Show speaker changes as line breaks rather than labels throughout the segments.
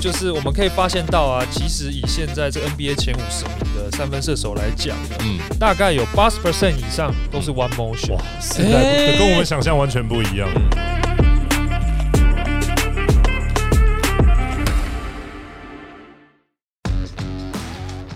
就是我们可以发现到啊，其实以现在这 NBA 前五十名的三分射手来讲呢，
嗯，
大概有八十 percent 以上都是 one motion。
是
时代
哎嗯
不跟我们想象完全不一样。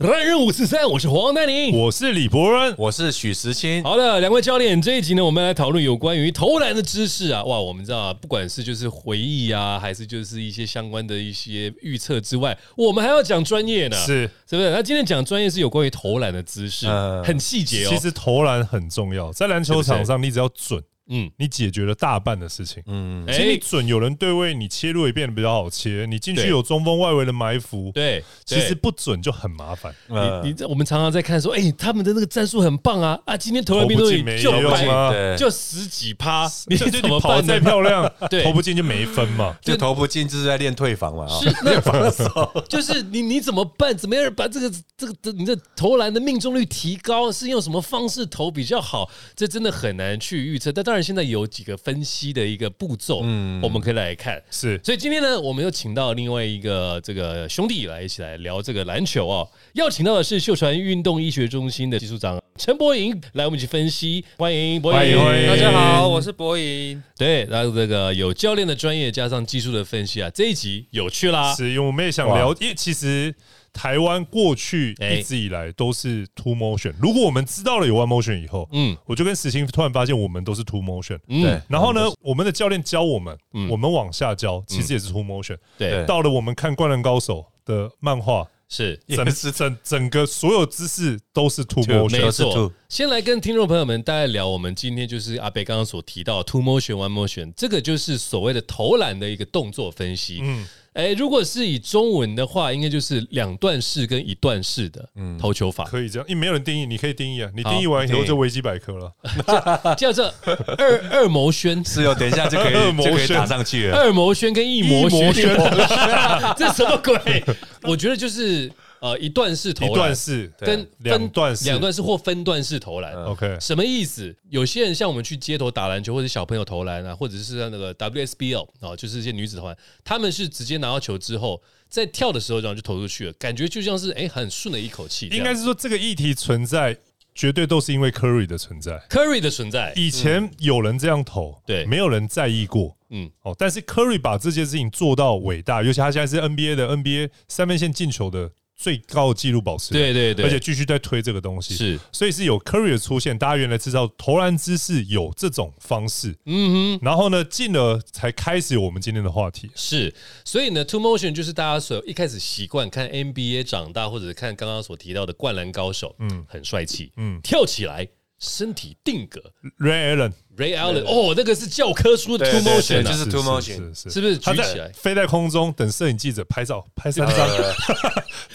来任务四三，我是黄丹宁，
我是李博恩，
我是许时 清，
好的，两位教练，这一集呢，我们来讨论有关于投篮的知识啊。哇，我们知道啊，不管是就是回忆啊，还是就是一些相关的一些预测之外，我们还要讲专业呢，
是。
是不是？那今天讲专业是有关于投篮的姿势，
嗯
很细节哦。
呃其，实投篮很重要，在篮球场上，你只要准，
嗯，
你解决了大半的事情。
嗯，
哎、
其实你准，有人对位，你切入也变得比较好切。你进去
对
有中锋外围的埋伏，
对，嗯
其实
对。
不准就很麻烦。
呃
你你我们常常在看说，哎、他们的那个战术很棒啊啊！今天投篮
投
命
不
中
进
率
没
就
用
百
啊，
对，
就十几趴，你
你 就
怎
你
么
跑得
办呢
再？漂亮，
对
投不进就没分嘛。
就投不进，就是在练 退防嘛，
是那 防守，就是你你怎么办？怎么样把这个这个你的投篮的命中率提高？是用什么方式投比较好？这真的很难去预测。但当然，现在有几个分析的一个步骤，嗯，我们可以来看。
是
所以今天呢，我们又请到另外一个这个兄弟来一起来聊这个篮球哦。要请到的是秀传运动医学中心的技术长陈博莹来，我们一起分析。欢迎博
欢迎
莹，
欢迎
大家好，我是博莹。
对，然后这个有教练的专业加上技术的分析啊，这一集有趣啦。
是，因为我们也想聊，因为其实台湾过去
哎
一直以来都是 two motion。如果我们知道了有 one motion 以后，
嗯
嗯，我就跟石青突然发现我们都是 two motion。
对，
然后呢，我们的教练教我们，
嗯
我们往下教，其实也是 two motion。
对
对，
到了我们看《灌篮高手》的漫画，
是。
也
整
是
整整个所有姿势都是 two
Two，
motion。
没
都是
错
two，
先来跟听众朋友们大概聊，我们今天就是阿贝刚刚所提到 two motion one motion，这个就是所谓的投篮的一个动作分析。嗯
嗯，
哎，如果是以中文的话，应该就是两段式跟一段式的投球法，
嗯可以这样，因为没有人定义，你可以定义啊。你
好
定义完以后
定义
就维基百科了。
叫做二 二谋宣。
是有，等一下就可
恶
以
魔
就可以
轩
打上 去了。
二谋宣跟一谋
一
宣，
魔宣
这什么鬼？我觉得就是呃一段式投
一
篮，
段式，
跟分
两段式
两段式或分段式投篮。
OK，
什么意思？有些人像我们去街头打篮球，或者小朋友投篮啊，或者是像那个 WSBL 哦，就是一些女子投篮，他们是直接拿到球之后，在跳的时候然后就投出去了，感觉就像是哎、很顺的一口气这
应
样。
该是说这个议题存在，绝对都是因为 Curry 的存在。
Curry 的存在，
以前有人这样投，
嗯对
没有人在意过，
嗯
嗯，哦，但是 Curry 把这件事情做到伟大，尤其他现在是 NBA 的 NBA 三分线进球的最高纪录保持人，
对对对，
而且继续在推这个东西，
是
所以是有 Curry 的出现，大家原来知道投篮姿势有这种方式，
嗯哼。
然后呢，进而才开始有我们今天的话题，
是，所以呢，Two Motion 就是大家所一开始习惯看 NBA 长大，或者是看刚刚所提到的灌篮高手，嗯，很帅气，嗯
嗯，
跳起来，身体定格
Ray Allen
，Ray Allen，哦，那个是教科书的
对
Two
对
Motion
对
啊，
就是 two
是
motion
是
是不是
他
举
在
起来
飞在空中，等摄影记者拍照，拍三张，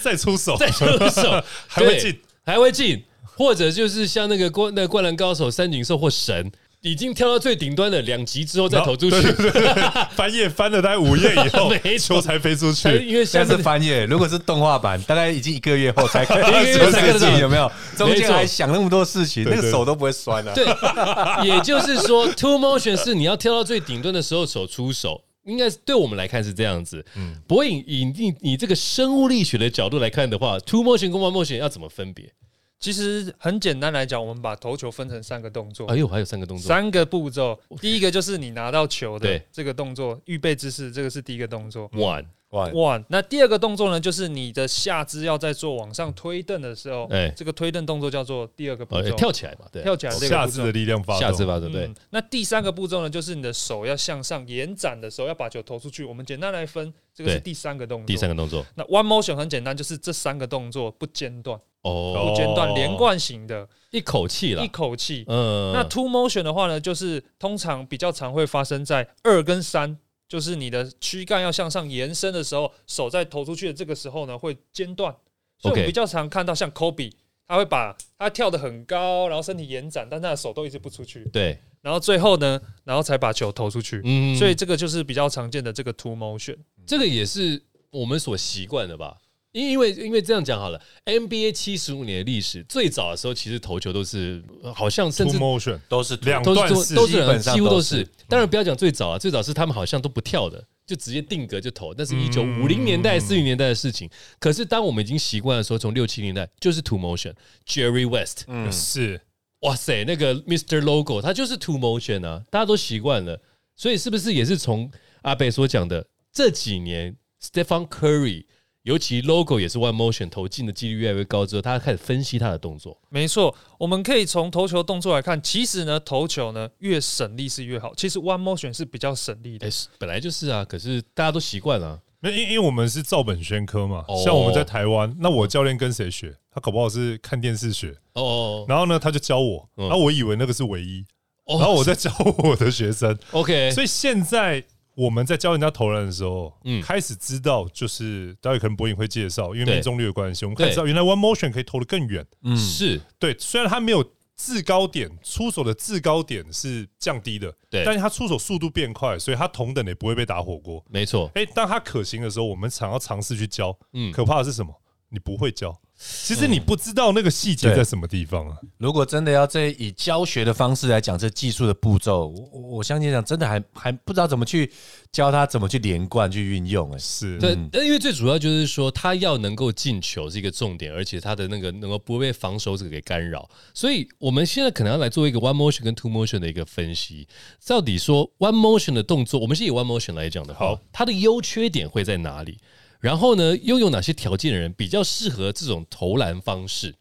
再出手，，
再出手
还会进
对，还会进，或者就是像那个灌那个灌篮高手三井寿或神，已经跳到最顶端的两级之后再投出去，
然后对对对对翻页翻了大概五页以 后
没，错哎
球才飞出
但
去。
因为下
现在
面
是翻页，如果是动画版，大概已经一个月后 才看
个月才看得到
有没有？中
没
间
错
还想那么多事情，
对
那个手都不会酸啊。
对，也就是说，two motion 是你要跳到最顶端的时候手出手。应该是对我们来看是这样子，嗯，博影以你你这个生物力学的角度来看的话，two motion 跟 one motion 要怎么分别？
其实很简单来讲，我们把投球分成三个动作
哎。呦，还有三个动作，
三个步骤，第一个就是你拿到球的
对
这个动作，预备姿势，这个是第一个动作。
one，哎
哇，
哇，那第二个动作呢，就是你的下肢要在做往上推蹬的时候，
哎
这个推蹬动作叫做第二个步
呃，
骤，
跳起来嘛，对，
跳
哦
起来这个
下
步
肢
骤
的。力量发
下次
动，
吧，对不对？
嗯那第三个步骤呢，就是你的手要向上延展的时候，要把球投出去。我们简单来分，这个是
对
第三个动作。
第三个动作，
那 one motion 很简单，就是这三个动作不间断，
哦，
哦
不间断连贯型的，
一口气啦
一，口气。
嗯，
那 two motion 的话呢，就是通常比较常会发生在二跟三，就是你的躯干要向上延伸的时候，手在投出去的这个时候呢会间断，所以我
OK
们比较常看到像 Kobe，他会把他跳得很高，然后身体延展，但他的手都一直不出去。
对
然后最后呢，然后才把球投出去。
嗯
所以这个就是比较常见的这个 two motion。
这个也是我们所习惯的吧？因因为因为这样讲好了，NBA 七十五年的历史，最早的时候其实投球都是呃好像甚
two
至
motion
都是
两
都
段
是
式
都
基
是
本上
几乎
都
都
是嗯
是。当然不要讲最早啊，最早是他们好像都不跳的，就直接定格就投，那是一九
嗯
五零年代、四零年代的事情。可是当我们已经习惯的时候，从六七年代就是 two motion Jerry West，
嗯
是
哇塞，那个 Mr. Logo 他就是 two motion 啊，大家都习惯了，所以是不是也是从阿贝所讲的这几年 Stephen Curry，尤其 Logo 也是 one motion 投进的几率越来越高之后，大家开始分析他的动作，
没错，我们可以从投球动作来看，其实呢，投球呢越省力是越好。其实 one motion 是比较省力的
哎、。是本来就是啊，可是大家都习惯了，啊
那因因为我们是照本宣科嘛
哦，
像我们在台湾，那我教练跟谁学？他搞不好是看电视学，
哦
然后呢，他就教我，
嗯
然后我以为那个是唯一，
哦，
然后我在教我的学生，
OK，
所以现在我们在教人家投篮的时候，
嗯
开始知道就是待会可能博颖会介绍，因为
对
命中率的关系，我们可以
对
知道原来 one motion 可以投得更远。
嗯
是
对，虽然他没有制高点，出手的制高点是降低的，
对
但是他出手速度变快，所以他同等也不会被打火锅。
没错，
哎、当他可行的时候，我们想要尝试去教。
嗯，
可怕的是什么？你不会教，其实你不知道那个细节
对
在什么地方啊。
如果真的要这以教学的方式来讲这技术的步骤，我我我相信讲真的还还不知道怎么去教他怎么去连贯去运用、哎，
是，
对
嗯，
但因为最主要就是说，他要能够进球是一个重点，而且他的那个能够不会被防守者给干扰。所以我们现在可能要来做一个 one motion 跟 two motion 的一个分析，到底说 one motion 的动作，我们是以 one motion 来讲的话
好，
它的优缺点会在哪里？然后呢，拥有哪些条件的人比较适合这种投篮方式？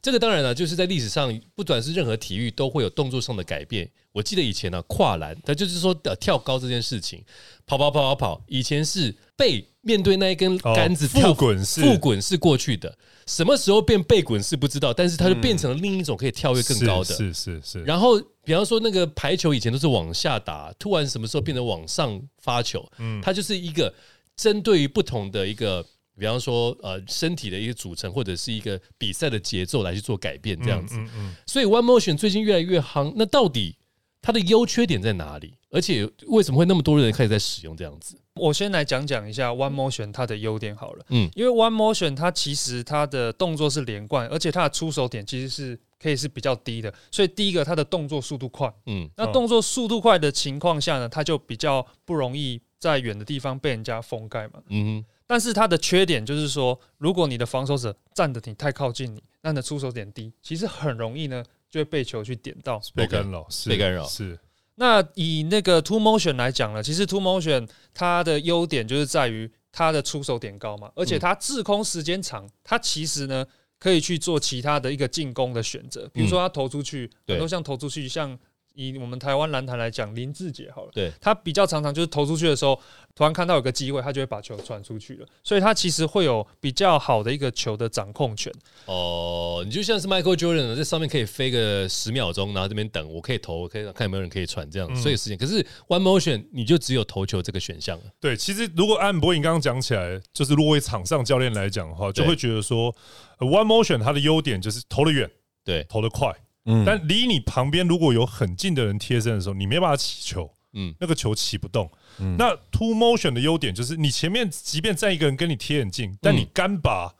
这个当然了，就是在历史上，不管是任何体育，都会有动作上的改变。我记得以前呢、跨栏，它就是说、呃、跳高这件事情，跑跑跑跑跑，以前是背面对那一根
哦
杆子跳
复滚式
复滚是过去的，什么时候变背滚是不知道，但是它就变成了另一种可以跳跃更高的。
嗯是是是是，
然后，比方说那个排球以前都是往下打，突然什么时候变得往上发球？嗯，它就是一个针对于不同的一个，比方说呃身体的一个组成或者是一个比赛的节奏来去做改变这样子。
嗯嗯，
所以 One Motion 最近越来越夯，那到底它的优缺点在哪里？而且为什么会那么多人开始在使用这样子？
我先来讲讲一下 One Motion 它的优点好了，
嗯
嗯，因为 One Motion 它其实它的动作是连贯，而且它的出手点其实是可以是比较低的，所以第一个它的动作速度快，
嗯，
那
嗯
动作速度快的情况下呢，它就比较不容易在远的地方被人家封盖嘛。
嗯
但是它的缺点就是说，如果你的防守者站得你太靠近你，那你的出手点低，其实很容易呢就会被球去点到。
被干扰是
被干扰
是
那以那个 Two Motion 来讲呢，其实 Two Motion 它的优点就是在于它的出手点高嘛，而且
嗯
它滞空时间长，它其实呢可以去做其他的一个进攻的选择，比如说它投出去，
嗯对
很多像投出去，像以我们台湾篮坛来讲，林志杰好了，
对，
他比较常常就是投出去的时候，突然看到有个机会，他就会把球传出去了，所以他其实会有比较好的一个球的掌控权。
哦，你就像是 Michael Jordan 啊在上面可以飞个十秒钟，然后这边等，我可以投，我可以看有没有人可以传
嗯
这样，所以时间。可是 One Motion 你就只有投球这个选项了。
对。其实如果按博颖刚刚讲起来，就是如果为场上教练来讲的话，就
对
会觉得说呃，one motion 它的优点就是投得远，
对，
投得快，
嗯
但离你旁边如果有很近的人贴身的时候，你没办法起球，
嗯
那个球起不动。
嗯
那 two motion 的优点就是，你前面即便站一个人跟你贴很近，但你干拔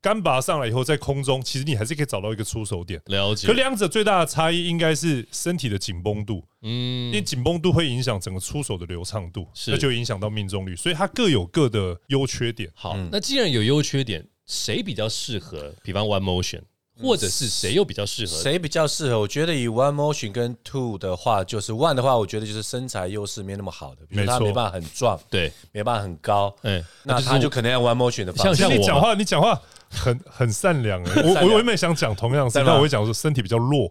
干拔上来以后，在空中其实你还是可以找到一个出手点。
了解
可。两者最大的差异应该是身体的紧绷度，因为
嗯，
紧绷度会影响整个出手的流畅度，
是
那就影响到命中率，所以它各有各的优缺点。
好，
嗯
那既然有优缺点，谁比较适合？比方 One Motion，或者是谁又比较适合？
嗯谁比较适合？我觉得以 One Motion 跟 Two 的话，就是 One 的话，我觉得就是身材优势没那么好的，比如
没
说他
错
没办法很壮，
对，
没办法很高，
哎，
那
是
他就可能要 One Motion 的
像
方式。
其实
我嘛
你讲话，你讲话很很善良欸。我
善良
我我原本想讲同样的事，
对吧
但我会讲说身体比较弱，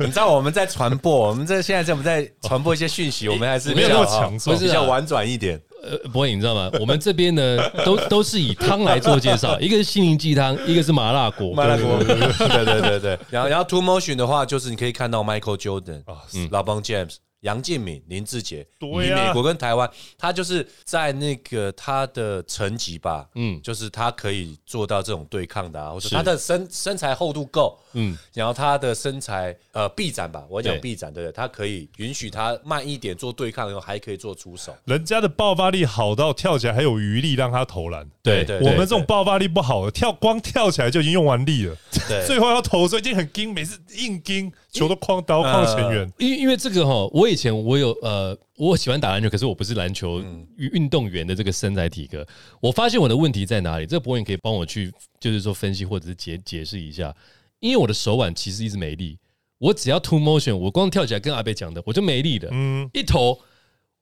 你知道我们在传播，我们这现在在我们在传播一些讯息，我们还是
没有
比
那
较
么强壮
不是
比
啊
较婉转一点。
呃，博颖，你知道吗？我们这边呢， 都都是以汤来做介绍，一个是心灵鸡汤，一个是麻辣锅。
麦拉锅，对对对对。然后然后 Two Motion 的话，就是你可以看到 Michael Jordan 嗯
啊、
LeBron James。杨敬敏、林志杰，
对
以
啊
美国跟台湾，他就是在那个他的层级吧，
嗯
就是他可以做到这种对抗的啊，或者
是
他的身身材厚度够，
嗯，
然后他的身材呃臂展吧，我讲
对
臂展对不对？他可以允许他慢一点做对抗，然后还可以做出手，
人家的爆发力好到跳起来还有余力让他投篮，
对
对
我们这种爆发力不好，跳光跳起来就已经用完力了，
对
最后要投的时候已经很盯，每次硬盯球都框到框前缘。
因因为这个哈，我以前我有呃，我喜欢打篮球，可是我不是篮球
嗯
运运动员的这个身材体格。我发现我的问题在哪里？这个博远可以帮我去，就是说分析或者是解解释一下。因为我的手腕其实一直没力，我只要 two motion，我光跳起来跟阿北讲的，我就没力了。
嗯，
一投，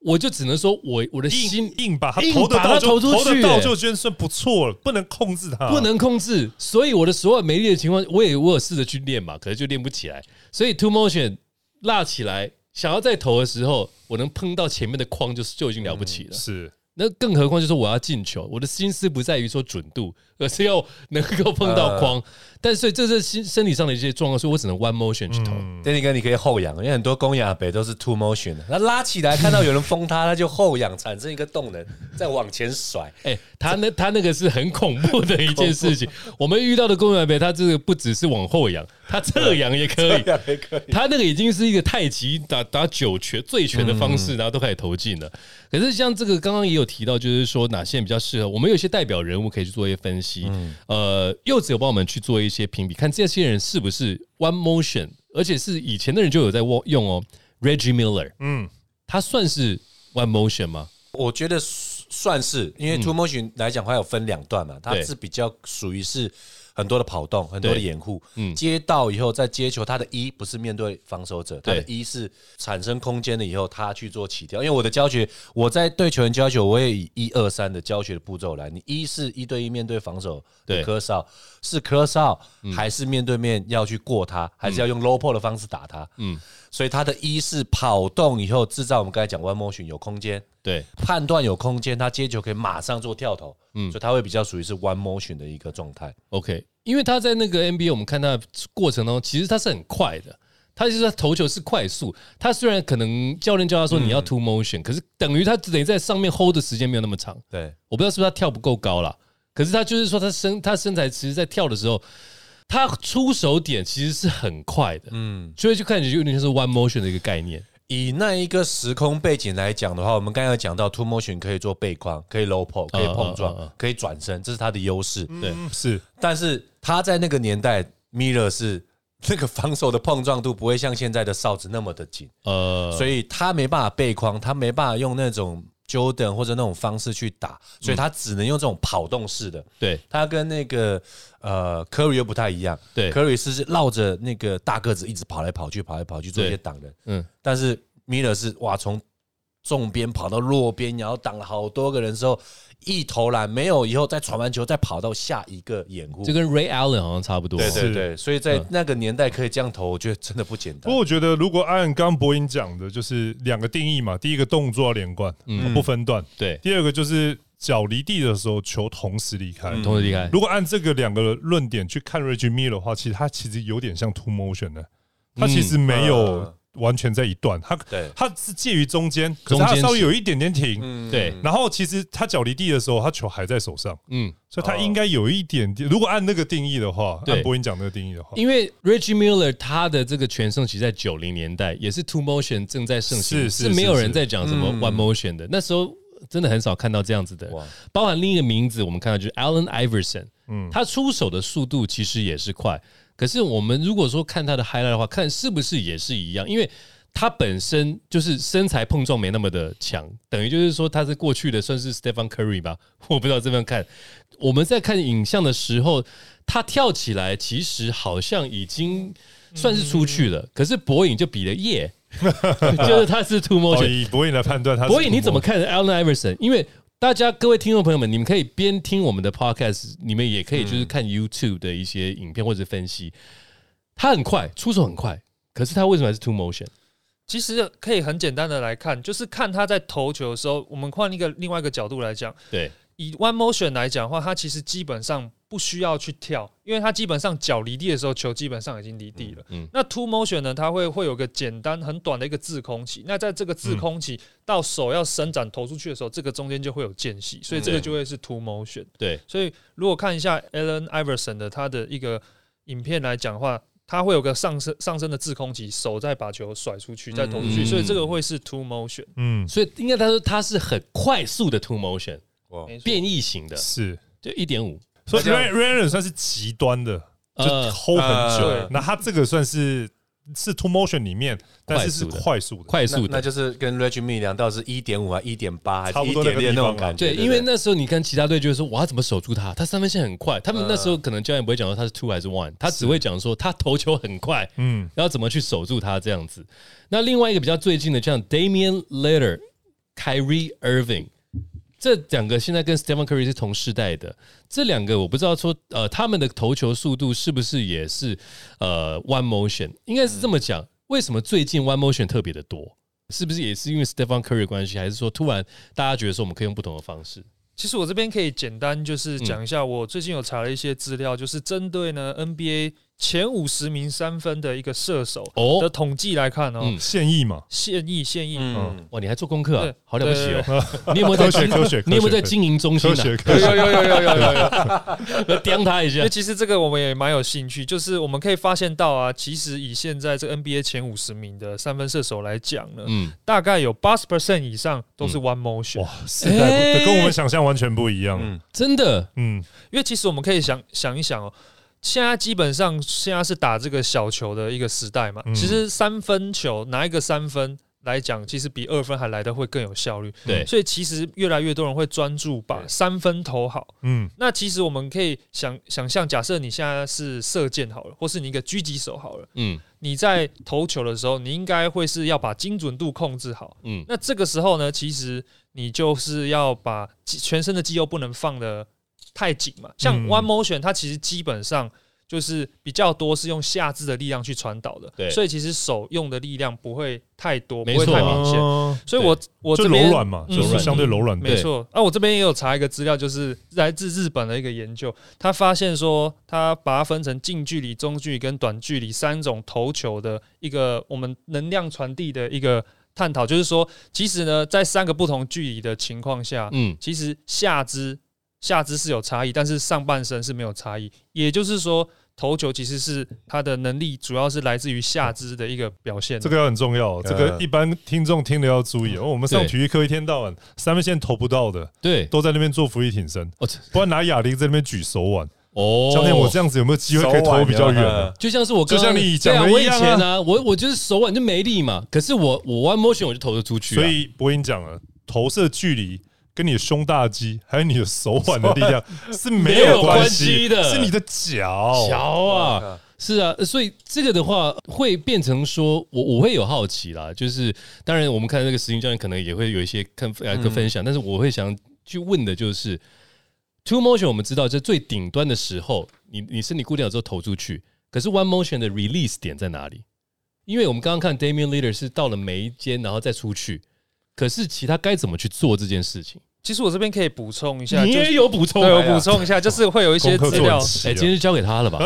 我就只能说我我的
硬
心
硬把他
硬
投得
把它
到就
投出去
得到
欸
就觉得算不错了，不能控制他，
不能控制，所以我的手腕没力的情况，我也我有试着去练嘛，可是就练不起来。所以 two motion 拉起来，想要再投的时候，我能碰到前面的框，就是就已经了不起了。
是
那更何况就是我要进球，我的心思不在于说准度， 而是要能够碰到框。但所以这是心身体上的一些状况，所以我只能 one motion 去投。
丹尼哥，你可以后仰，因为很多公羊北都是 two motion 的，那拉起来看到有人封他，他就后仰，产生一个动能，再往前甩。
哎、他那 他那个是很恐怖的一件事情。我们遇到的公园杯，他这个不只是往后仰，他侧仰也可以。
也可以。
他那个已经是一个太极打打九拳、醉拳的方式，然后都可以投进了。可是像这个刚刚也有提到，就是说哪些比较适合，我们有一些代表人物可以去做一些分析。呃，柚子有帮我们去做一些评比，看这些人是不是 One Motion，而且是以前的人就有在用哦。Reggie Miller，
嗯，
他算是 One Motion 吗？
我觉得算是，因为 two motion 来讲，它有分两段嘛，
嗯
它
对
是比较属于是很多的跑动，很多的
对
掩护，
嗯
接到以后再接球，他的一不是面对防守者，他
对
的一是产生空间了以后，他去做起跳。因为我的教学，我在对球员教学，我也以一二三的教学的步骤来。你一是一对一面对防守的
对嗯
科哨，是科哨、还是面对面要去过他，还是要用 low pull 的方式打他？嗯，所以他的一是跑动以后制造我们刚才讲 one motion 有空间，
对，
判断有空间，他接球可以马上做跳投，嗯，所以他会比较属于是 one motion 的一个状态。
OK，因为他在那个 NBA 我们看他的过程当中，其实他是很快的，他就是他投球是快速。他虽然可能教练叫他说
嗯
你要 two motion，、可是等于他等于在上面 hold 的时间没有那么长。
对，
我不知道是不是他跳不够高啦，可是他就是说他身他身材其实在跳的时候，他出手点其实是很快的，嗯，所以就看起来有点像是 one motion 的一个概念。
以那一个时空背景来讲的话，我们刚才有讲到 two motion 可以做背框，可以 low pull，可以碰撞，
嗯嗯嗯
可以转身，这是他的优势。
对，
嗯是
但是他在那个年代，Miller 是那个防守的碰撞度不会像现在的哨子那么的紧，
呃，
所以他没办法背框，他没办法用那种 Jordan 或者那种方式去打，
嗯
所以他只能用这种跑动式的。
对
他跟那个呃 Curry 又不太一样，
对
，Curry 是绕着那个大个子一直跑来跑去，跑来跑去做一些挡人，
嗯
嗯，但是 Miller 是哇从重边跑到弱边，然后挡了好多个人之后，一投篮没有以后再传完球再跑到下一个掩护，
呃就跟 Ray Allen 好像差不多。
对对
是嗯
对，所以在那个年代可以这样投，我觉得真的不简
不
单
过。我觉得，如果按刚博音讲的，就是两个定义嘛，第一个动作要连贯，
嗯
不分段；
对，
第二个就是脚离地的时候，球同时离开。
嗯同时离开。
嗯
如果按这个两个论点去看 Reggie Miller 的话，其实他其实有点像 Two Motion 的，
嗯
他其实没有
呃
完全在一段，他
对
他是介于中间，可是
中
他
间
稍微
是
有一点点停。
嗯
对
然后其实他脚离地的时候，他球还在手上，
嗯，
所以他应该有一点点。如果按那个定义的话，
对
按博音讲那个定义的话，
因为 Reggie Miller 他的这个全盛期在九零年代，也是 Two Motion 正在盛行，
是是
没有
是嗯
人在讲什么 One Motion 的。那时候真的很少看到这样子的人
哇，
包含另一个名字，我们看到就是 Allen Iverson，他
嗯
出手的速度其实也是快，可是我们如果说看他的 highlight 的话，看是不是也是一样，因为。他本身就是身材碰撞没那么的强，等于就是说他是过去的算是 Stephen Curry 吧， 我不知道这边看，我们在看影像的时候，他跳起来其实好像已经算是出去了，可是博影就比了耶， 就是他是 two
哦
motion。
以博音来判 断他是 two motion。
博影你怎么看 Allen Iverson？因为大家各位听众朋友们，你们可以边听我们的 podcast，你们也可以就是看 YouTube 的一些影片或者分析。他很快，出手很快，可是他为什么还是 two motion？
其实可以很简单的来看，就是看他在投球的时候，我们换一个另外一个角度来讲，
对
以 One Motion 来讲的话，它其实基本上不需要去跳，因为它基本上脚离地的时候，球基本上已经离地了。
嗯嗯
那 Two Motion 呢，它会会有个简单很短的一个滞空期。那在这个滞空期、到手要伸展投出去的时候，这个中间就会有间隙，所以
嗯
这个就会是 Two Motion。
对，
所以如果看一下 Allen Iverson 的他的一个影片来讲的话，他会有个上升上升的滞空期，手再把球甩出去，再投出去，
嗯
所以这个会是 Two Motion。
嗯，
所以应该他说他是很快速的 two motion
哦
没错
变异型的，
是。
就一点五，
所以
那这
Ray
样
Ray 算是极端的，就
呃，
hold 很久
呃。
那他这个算是是 Two Motion 里面，但是是快
快
速的，
快
那
速
那
的。
就是跟 Reggie 量到是一点五啊，一点八还
差
是
不
一
多那
点
个地
六
方啊
那种感觉。
对，
对，
因为那时候你看其他队就会说，我要怎么守住他？他三分线很快，他们那时
嗯
候可能教练不会讲说他是 two 还是 one，他只会讲说他投球很快，
嗯，
要怎么去守住他这样子。那另外一个比较最近的，像 Damian l i l l a r Kyrie Irving 这两个现在跟 Stephen Curry 是同世代的，这两个我不知道说呃他们的投球速度是不是也是呃 One Motion，应该是这么讲。为什么最近 One Motion 特别的多？是不是也是因为 Stephen Curry 的关系，还是说突然大家觉得说我们可以用不同的方式？
其实我这边可以简单就是
嗯
讲一下，我最近有查了一些资料，就是针对呢 NBA 前五十名三分的一个射手
哦
的统计来看哦
嗯，
现役嘛，
现役现役，
嗯，
哇，你还做功课、啊
对，
好了不起 哦！你有没有在
科学科学
你有没有在
科学
经营中心
科
啊
学？科学，
有有有有有 有，
刁他一
哦因
下
为，其实这个我们也蛮有兴趣，就是我们可以发现到啊，其实以现在这 NBA 前五十名的三分射手来讲呢，
嗯，
大概有八十 percent 以上都是 one motion，、
哇，时代
哎
不跟我们想象完全不一样。
嗯
真的，
嗯，
因为其实我们可以想想一想哦。现在基本上现在是打这个小球的一个时代嘛，
嗯
其实三分球拿一个三分来讲，其实比二分还来的会更有效率，
对，
所以其实越来越多人会专注把
对
三分投好。
嗯
那其实我们可以想想象，假设你现在是射箭好了，或是你一个狙击手好了，
嗯
你在投球的时候，你应该会是要把精准度控制好。
嗯，
那这个时候呢，其实你就是要把肌全身的肌肉不能放的太紧嘛。像
嗯
One Motion，它其实基本上就是比较多是用下肢的力量去传导的，
对
所以其实手用的力量不会太多，
没
不会
错
太
啊
明显。
哦
所以我我
就
这
柔
边
软嘛，
嗯
就是相对柔软的。
没错，啊，我这边也有查一个资料，就是来自日本的一个研究，他发现说，他把它分成近距离、中距离跟短距离三种投球的一个我们能量传递的一个探讨，就是说，其实呢，在三个不同距离的情况下，
嗯
其实下肢下肢是有差异，但是上半身是没有差异，也就是说。投球其实是他的能力，主要是来自于下肢的一个表现。
这个要很重要，这个一般听众听了要注意哦。我们
嗯
上
对
体育课一天到晚，三分线投不到的，
对，
都在那边做俯卧挺身，
哦这
不然拿哑铃在那边举手腕。
哦
教练，我这样子有没有机会可以投比较
啊
嗯
远啊呢？
就像是我刚刚
就像你讲
对
的
啊我
一
以
样啊
前呢，我我就是手腕就没力嘛，可是我我弯 motion 我就投得出去啊，
所以我跟你讲了，投射距离跟你的胸大肌还有你的手腕的力量是没
没有
有
关
关
系
系
的
是你的脚。
哦
瞧啊
嗯
哇。
是啊，所以这个的话会变成说，我我会有好奇啦，就是当然我们看这个实训教练可能也会有一些看呃
嗯
个分享，但是我会想去问的就是，two motion 我们知道这最顶端的时候，你你身体固定好之后投出去，可是 one motion 的 release 点在哪里？因为我们刚刚看 Damian l e a d e r 是到了眉间然后再出去，可是其他该怎么去做这件事情？
其实我这边可以补充一下，
你
就是
也有补充
对，
啊？
我补充一下，就是会有一些
功课
资
做
料
很，齐
哎、
啊
今天就交给他了吧？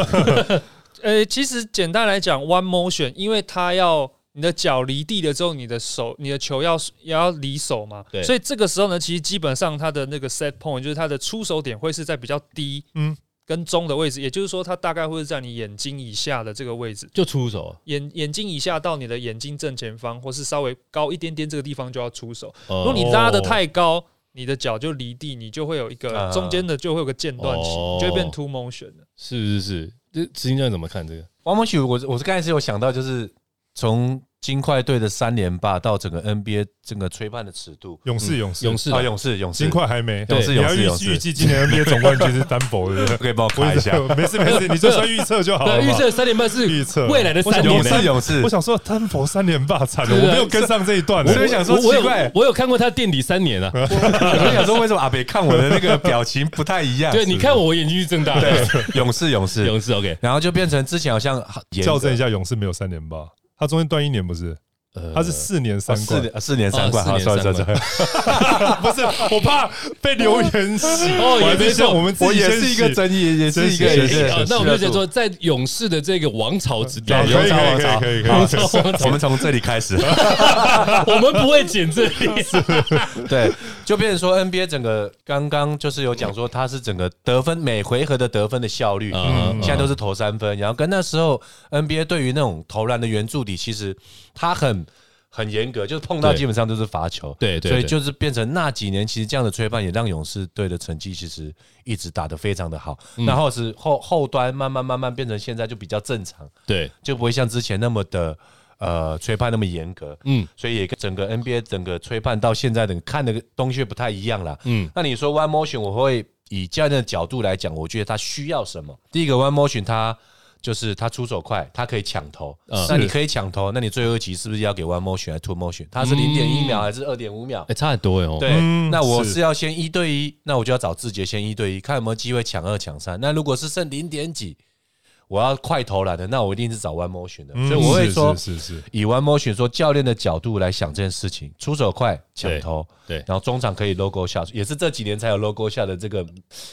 呃，其实简单来讲，one motion，因为它要你的脚离地了之后，你的手、你的球要也要离手嘛
对，
所以这个时候呢，其实基本上它的那个 set point 就是它的出手点会是在比较低，
嗯
嗯，跟中的位置，也就是说，它大概会是在你眼睛以下的这个位置，
就出手啊，
眼眼睛以下到你的眼睛正前方，或是稍微高一点点这个地方就要出手。
如
如果你拉的太高，你的脚就离地，你就会有一个
啊
中间的就会有个间断期，
哦
你就会变 two motion 了。
是是是，这执行教练怎么看这个？
王梦许，我我是刚才是有想到，就是从金块队的三连霸到整个 NBA 整个吹判的尺度，
勇士，勇士，
嗯勇士
啊，
的
勇士，勇士，
金块还没。
对
勇士，
你
勇
要
士，
预
勇
预
士，
计今年 NBA 总冠军是丹佛的， 对不
可以帮我
对？
看一下。
我没事没事，你就算预测就好了
对，
嘛。
预测三点半是
预测
未来的三年
勇
我想
呢。
士，勇士
我，想说丹佛三连霸惨了，
对啊
我没有跟上这一段。欸
啊我所以想说
我我有
奇怪
我有看过他垫底三年啊。
我想说为什么阿北看我的那个表情不太一样？
对，你看我眼睛是睁大的。
勇士，勇士，
勇士 OK，
然后就变成之前好像严格哦
校正一，下，勇士没有三连霸，他中间断一年不是？
呃
他是四年三
四
冠，
年呃四年三冠，
哦
好，
四
算
年
了算了
三
算了，
不
啊
是啊我怕被留言洗，
哦
我还
也没
没想
错
我们自己
我也
先
是一个
洗
争议，也是一个
真是是
也是
是。
呃那我们就
讲
讲说，在勇士的这个王朝之
可
中
以，
有
可以
有
可以可以
好
可以
我们从这里开始。
我们不会剪这里。
对，就变成说 NBA 整个刚刚就是有讲说，它是整个得分每回合的得分的效率，
嗯
现在都是投三分，然后跟那时候 NBA 对于那种投篮的圆柱底，其实它很。很严格，就是碰到
对
基本上都是罚球，
对对
所以
对
就是变成那几年，其实这样的吹判也让勇士队的成绩其实一直打得非常的好，
嗯
然后是后后端慢慢慢慢变成现在就比较正常，
对，
就不会像之前那么的呃吹判那么严格，
嗯
嗯，所以也跟整个 NBA 整个吹判到现在的看的东西不太一样了，
嗯
嗯，那你说 One Motion，我会以教练的角度来讲，我觉得他需要什么？第一个 One Motion 他。就是他出手快，他可以抢投。
嗯
那你
是
可以抢投，那你最后一集是不是要给 one motion 还是 two motion？他是
嗯
零点一秒还是二点五秒？
哎，差很多哦。
对，
嗯
那我
是
是要先一对一，那我就要找志杰先一对一，看有没有机会抢二抢三。那如果是剩零点几，我要快投篮的，那我一定是找 one motion 的。
嗯
所以我会
是
说，
是是是
以 one motion 说教练的角度来想这件事情，出手快，抢投，
对对
然后中场可以 logo 下，也是这几年才有 logo 下的这个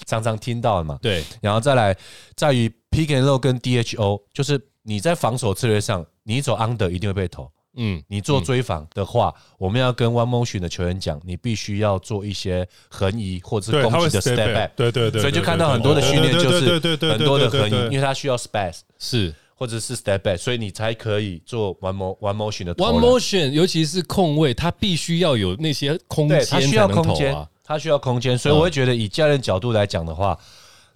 常常听到的嘛。
对，
然后再来，在于 pick and roll 跟 DHO，就是你在防守策略上，你走 under 一定会被投。
嗯，
你做追访的话，我们要跟 One Motion 的球员讲，你必须要做一些横移或者
对，
是
他
攻
会
击的
step
step
back，
back，
对对对，
所以就
对
看到
对
很多的
对
训练
对
就
对
是
对对对
很多的
对
横移
对，
因为他需要 space
是。
或者是 step back，所以你才可以做 One Mo One Motion 的投
One
篮
motion，尤其是控位，它必须要有那些空间
对，他
才
需要
能
空
投
间
啊。，
他需要空间，所以我会觉得以教练角度来讲的话，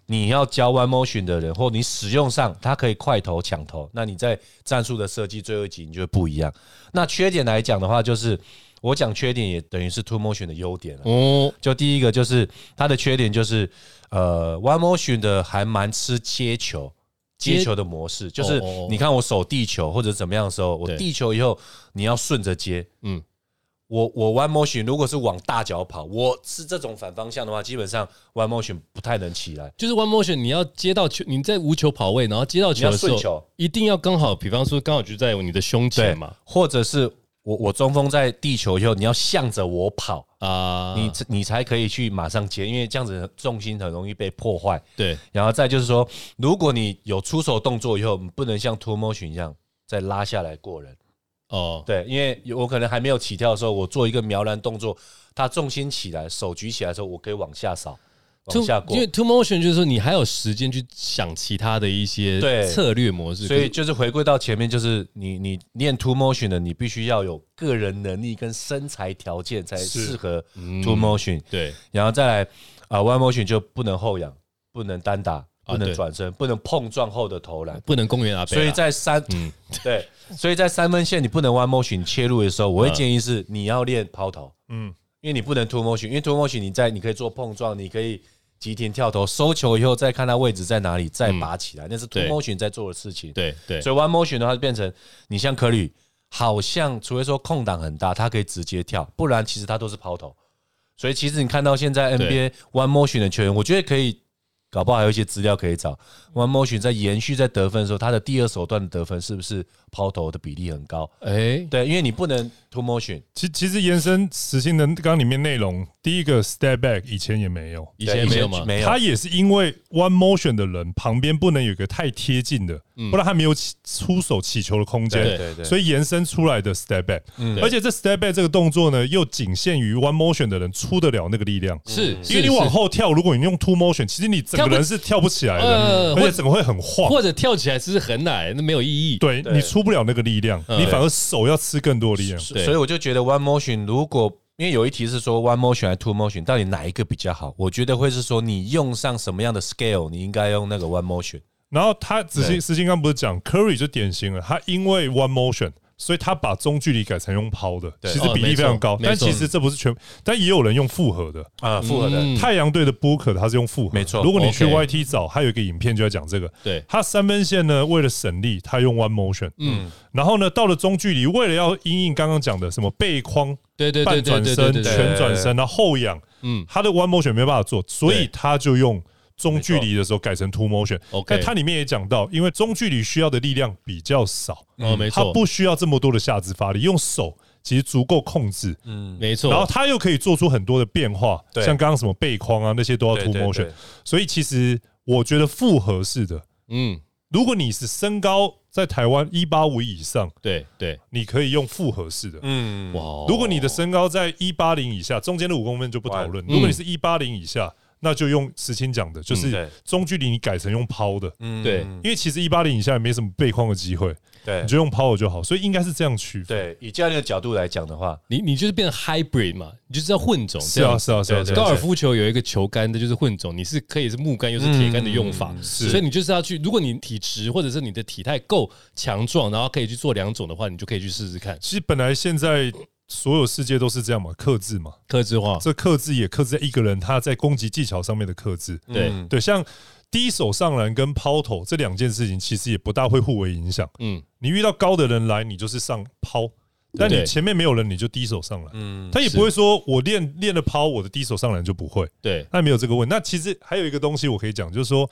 你要教 One Motion 的人，或你使用上，他可以快投抢投，那你在战术的设计最后一集你就会不一样。那缺点来讲的话，就是我讲缺点也等于是 Two Motion 的优点了。啊
哦，
就第一个就是它的缺点就是，呃，One Motion 的还蛮吃接球。
接
接球的模式就是
哦哦哦，
你看我守地球或者怎么样的时候，我
对
地球以后你要顺着接，
嗯
嗯，我我 one motion 如果是往大脚跑，我是这种反方向的话，基本上 one motion 不太能起来，
就是 one motion，你要接到球，你在无球跑位，然后接到
你
球
要
的时
顺
候，
球，
一定要刚好，比方说刚好就在你的胸
对
前嘛，
或者是我我中锋在地球以后，你要向着我跑，
啊，
你你才可以去马上接，因为这样子重心很容易被破坏。
对
然后再就是说，如果你有出手动作以后，你不能像 two motion 一样再拉下来过人。
哦，
对，因为有我可能还没有起跳的时候，我做一个瞄篮动作，他重心起来，手举起来的时候，我可以往下扫，往
two
下过
因。为 two motion 就是说你还有时间去想其他的一些
对
策略模式，
所以就是回归到前面，就是你你练 two motion 的，你必须要有个人能力跟身材条件才
是
适合
嗯
two motion，、
对
然后再来啊、one motion 就不能后仰，不能单打，
啊
不能
对
转身，不能碰撞后的投篮。
不能公园阿贝啦，嗯
所以在三， 对，所以在三分线你不能 one motion 切入的时候，我会建议
嗯
是你要练抛投，
嗯
嗯，因为你不能 two motion，因为 two motion 你在你可以做碰撞，你可以急停跳投，收球以后再看它位置在哪里，再拔起来，那是 two
嗯对
motion 在做的事情。，
对对
所以 one motion 的话就变成你像科里，好像除非说空档很大，他可以直接跳，不然其实他都是抛投。所以其实你看到现在
对
NBA one motion 的球员，我觉得可以。搞不好还有一些资料可以找。One Motion 在延续在得分的时候，他的第二手段的得分是不是抛投的比例很高？
哎
对，因为你不能 Two Motion，
其其实延伸实行的刚刚里面内容，第一个 step back 以前也没有，
以前没有吗？
没有
他，也是因为 one motion 的人旁边不能有一个太贴近的，不然他没有起出手起球的空间，
对
对对
所以延伸出来的 step back，而且这 step back 这个动作呢，又仅限于 one motion 的人出得了那个力量，
是
嗯
因为你往后跳，如果你用 two motion，其实你整个人是跳不起来
呃
的，而且整个会很晃，
或者跳起来其实很矮，那没有意义。
对
对
你出不了那个力量，你反而手要吃更多的力量。
对
所以我就觉得 One Motion 如果因为有一题是说 One Motion 还是 Two Motion，到底哪一个比较好？我觉得会是说你用上什么样的 scale，你应该用那个 One Motion。
然后他子
对
欣子欣刚不是讲 Curry 就典型了，他因为 one motion，所以他把中距离改成用抛的，
对
其实比例非常高
哦。没错
但
没错
其实这不是全，但也有人用复合的。
啊，复合的，
嗯
太阳队的 Booker 他是用复合，
没错
如果你去
OK
YT 找，他有一个影片就在讲这个。
对
他三分线呢，为了省力，他用 one motion。嗯，然后呢，到了中距离，为了要因应刚刚讲的什么背框、
对对对
半
对
转
对对
身、
对
全转身，然后后仰，
嗯
他的 one motion 没办法做，所以
对
他就用中距离的时候改成 two motion。
OK
但它里面也讲到，因为中距离需要的力量比较少，
嗯
哦，没
它
错，
不需要这么多的下肢发力，用手其实足够控制。
没
然
错，
后它又可以做出很多的变化，
对
像刚刚什么背框啊那些都要
对
two
对
motion
对。
所以其实我觉得复合式的，
嗯，
如果你是身高在台湾一八五以上，
对对，
你可以用复合式的。
嗯，
哇
哇，
哦，
如果你的身高在一八零以下，中间的五公分就不讨论。
嗯
如果你是一八零以下，那就用石青讲的，就
嗯
是
对
中距离你改成用抛的，
嗯
对
因为其实一八零以下也没什么背框的机会，
对
你就用抛的就好。所以应该是这样区分。
对，以教练的角度来讲的话，
你你就是变成 hybrid 嘛，你就是要混种，
是啊，是啊，是啊，
对
是
对
啊。
高尔夫球有一个球杆的，就是混种，你是可以是木杆又是铁杆的用法，
是
嗯所以你就是要去，如果你体质或者是你的体态够强壮，然后可以去做两种的话，你就可以去试试看，
其实本来现在所有世界都是这样嘛，克制嘛，
克制化，
这克制也克制在一个人他在攻击技巧上面的克制。
对，
嗯
对，像低手上篮跟抛投这两件事情，其实也不大会互为影响。
嗯，
你遇到高的人来，你就是上抛；但
对
你前面没有人，你就低手上篮。
嗯，
他也不会说我练练了抛，我的低手上篮就不会，
对，
那没有这个问。那其实还有一个东西我可以讲，就是说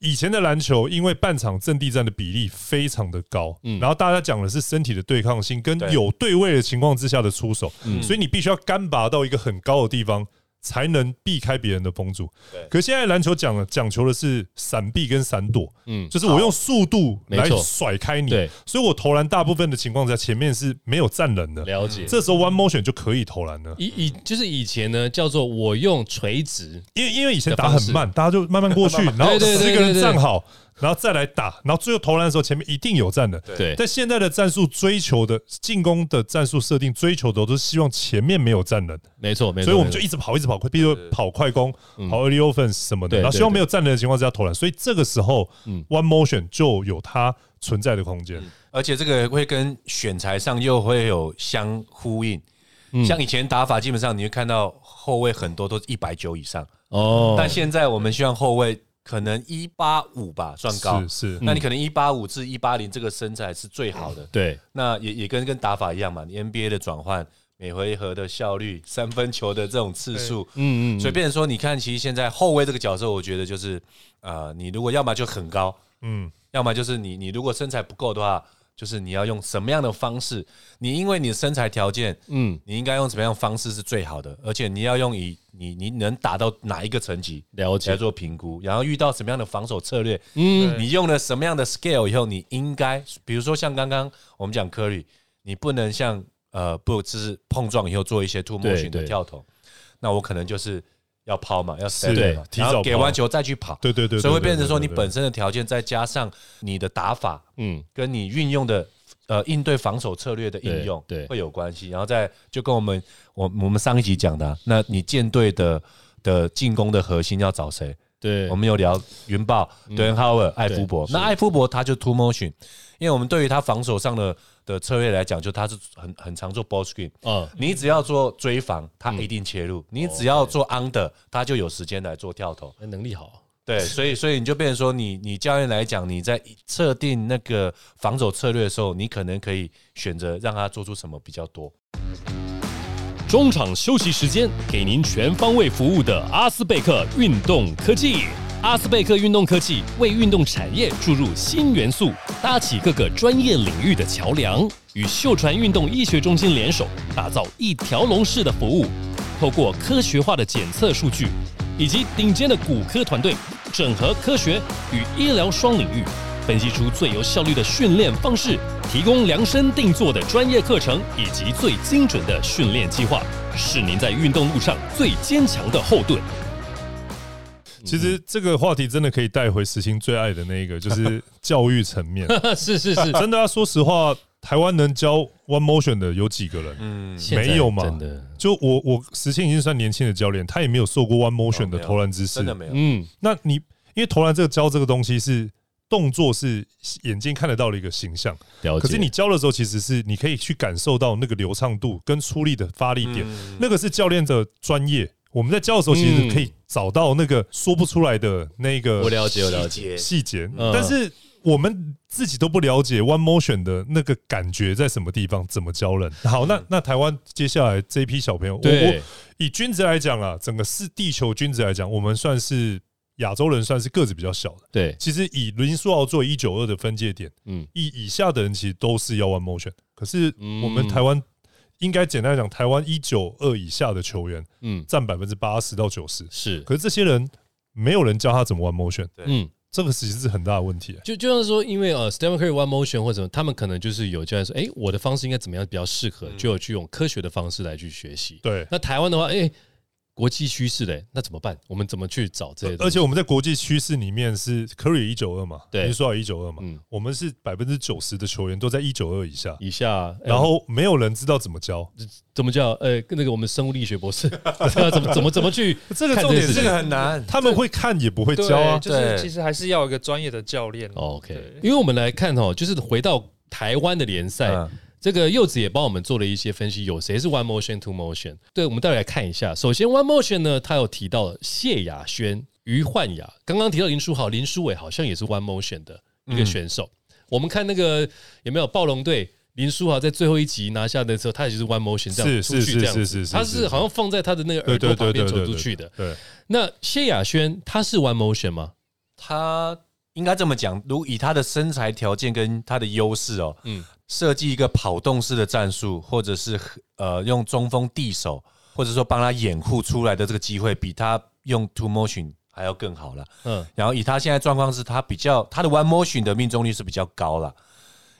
以前的篮球，因为半场阵地战的比例非常的高，
嗯
然后大家讲的是身体的对抗性跟
对
有对位的情况之下的出手，
嗯
所以你必须要干拔到一个很高的地方。才能避开别人的封住
对。
可现在篮球讲了讲求的是闪避跟闪躲，
嗯，
就是我用速度
没
来
错
甩开你
对。
所以我投篮大部分的情况下，前面是没有站人的，
了解。
这时候 one motion 就可以投篮了。
以以就是以前呢，叫做我用垂直，
因为因为以前打很慢，大家就慢慢过去，然
对
后
对对
十
对
个人
对
站好，然后再来打，然后最后投篮的时候前面一定有站的。
对
但现在的战术追求的进攻的战术设定追求的都是希望前面没有站人，
没错没错。
所以我们
没
就
错
一直跑，一直跑，比如说跑快攻、跑 early offense 什么
嗯
的，
对嗯
然后
对
希望
对
没有站人的情况之下投篮。所以这个时候，one motion 就有它存在的空间。
嗯
而且这个会跟选材上又会有相呼应。像以前打法，基本上你会看到后卫很多都是一百九以上，
哦，
但现在我们希望后卫可能一八五吧，算高。
是
嗯
是，
那你可能一八五至一八零这个身材是最好的。
对
那也也跟跟打法一样嘛，你 NBA 的转换、每回合的效率、三分球的这种次数，
嗯
嗯嗯，所以变成说，你看，其实现在后卫这个角色，我觉得就是，呃，你如果要么就很高，
嗯，
要么就是你你如果身材不够的话，就是你要用什么样的方式？你因为你的身材条件，
嗯
你应该用什么样的方式是最好的？而且你要用以你你能达到哪一个层级
了解
来做评估，然后遇到什么样的防守策略，
嗯
你用了什么样的 scale 以后，你应该比如说像刚刚我们讲科里，你不能像呃不就是碰撞以后做一些 two
对
motion 的
对
跳投，那我可能就是要抛嘛，要 s
对
t 嘛，
提
然
早
后给
抛
完球再去跑，
对对对，
所以会
对对
变成说
对
你
对
本身的条件，再加上你的打法
嗯
跟你运用的呃应对防守策略的应用，
对对
会有关系。然后再就跟我们我我们上一集讲的啊、那你舰队的的进攻的核心要找谁？
对，
我们有聊云豹、德恩哈维尔、艾
对
夫伯。那艾夫伯他就 two motion，因为我们对于他防守上的的策略来讲，就他是很很常做 ball screen。
啊
你只要做追防，他一定切入；你只要做 under，他就有时间来做跳投。
那能力好，啊
对，所以所以你就变成说你，你教练来讲，你在测定那个防守策略的时候，你可能可以选择让他做出什么比较多。
中场休息时间，给您全方位服务的阿斯贝克运动科技。阿斯贝克运动科技为运动产业注入新元素，搭起各个专业领域的桥梁，与秀传运动医学中心联手，打造一条龙式的服务。透过科学化的检测数据，以及顶尖的骨科团队，整合科学与医疗双领域，分析出最有效率的训练方式，提供量身定做的专业课程以及最精准的训练计划，是您在运动路上最坚强的后盾。嗯
其实这个话题真的可以带回石青最爱的那一个，就是教育层面。
是是是，
真的要啊说实话，台湾能教 One Motion 的有几个人？
嗯，
现在
没有嘛
真的，
就我我石青已经算年轻的教练，他也没有受过 One Motion 的投篮姿势
真。的没有。
嗯，
那你因为投篮这个教这个东西是动作是眼睛看得到的一个形象，
了解。
可是你教的时候其实是你可以去感受到那个流畅度跟出力的发力点，那个是教练的专业。我们在教的时候，其实可以找到那个说不出来的那个
我了解，我了
细
解，
节
细节，
嗯
但是我们自己都不了解 One Motion 的那个感觉在什么地方，怎么教人。好，那那台湾接下来这一批小朋友，我
嗯对
我以君子来讲啊，整个是地球君子来讲，我们算是亚洲人算是个子比较小的。
对，
其实以林书豪作为一九二的分界点，
嗯
嗯，以以下的人其实都是要玩 motion，可是
嗯
我们台湾应该简单来讲，台湾一九二以下的球员
嗯，
占百分之八十到九十，
是，
可是这些人没有人教他怎么玩 motion，
嗯，
这个其实是很大的问题、欸
就就像说，因为呃，Stephen Curry one motion 或者什么，他们可能就是有教练说，哎、我的方式应该怎么样比较适合，就有去用科学的方式来去学习。
对，
那台湾的话，哎、国际趋势嘞，那怎么办？我们怎么去找这些东
而
西？
且我们在国际趋势里面是 Curry 一九二嘛，
对
林书豪一九二嘛，
嗯
我们是百分之九十的球员都在一九二以下，
以下，哎
然后没有人知道怎么教，
怎么叫呃，那个我们生物力学博 士，怎么怎么怎么去
这个
看
重
件
点
事
是
情
这个很难。
他们会看也不会
对，
教啊。
就是
对
其实还是要有一个专业的教练。
哦 OK，
对
因为我们来看哦，就是回到台湾的联赛，
嗯
这个柚子也帮我们做了一些分析，有谁是 one motion two motion？对，我们待会来看一下。首先 one motion 呢，他有提到谢雅轩、于焕雅，刚刚提到林书豪、林书伟好像也是 one motion 的一个选手。
嗯
我们看那个有没有暴龙队？林书豪在最后一集拿下的时候，他也就是 one motion 这样
是
出
是
去，
是
这样子
是是是
他是好像放在他的那个耳朵旁边走出去的。
对，
那谢雅轩他是 one motion 吗？
他应该这么讲，如以他的身材条件跟他的优势哦，
嗯
嗯，设计一个跑动式的战术，或者是呃用中锋递手，或者说帮他掩护出来的这个机会，比他用 two motion 还要更好了。
嗯，
然后以他现在状况是，他比较他的 one motion 的命中率是比较高了。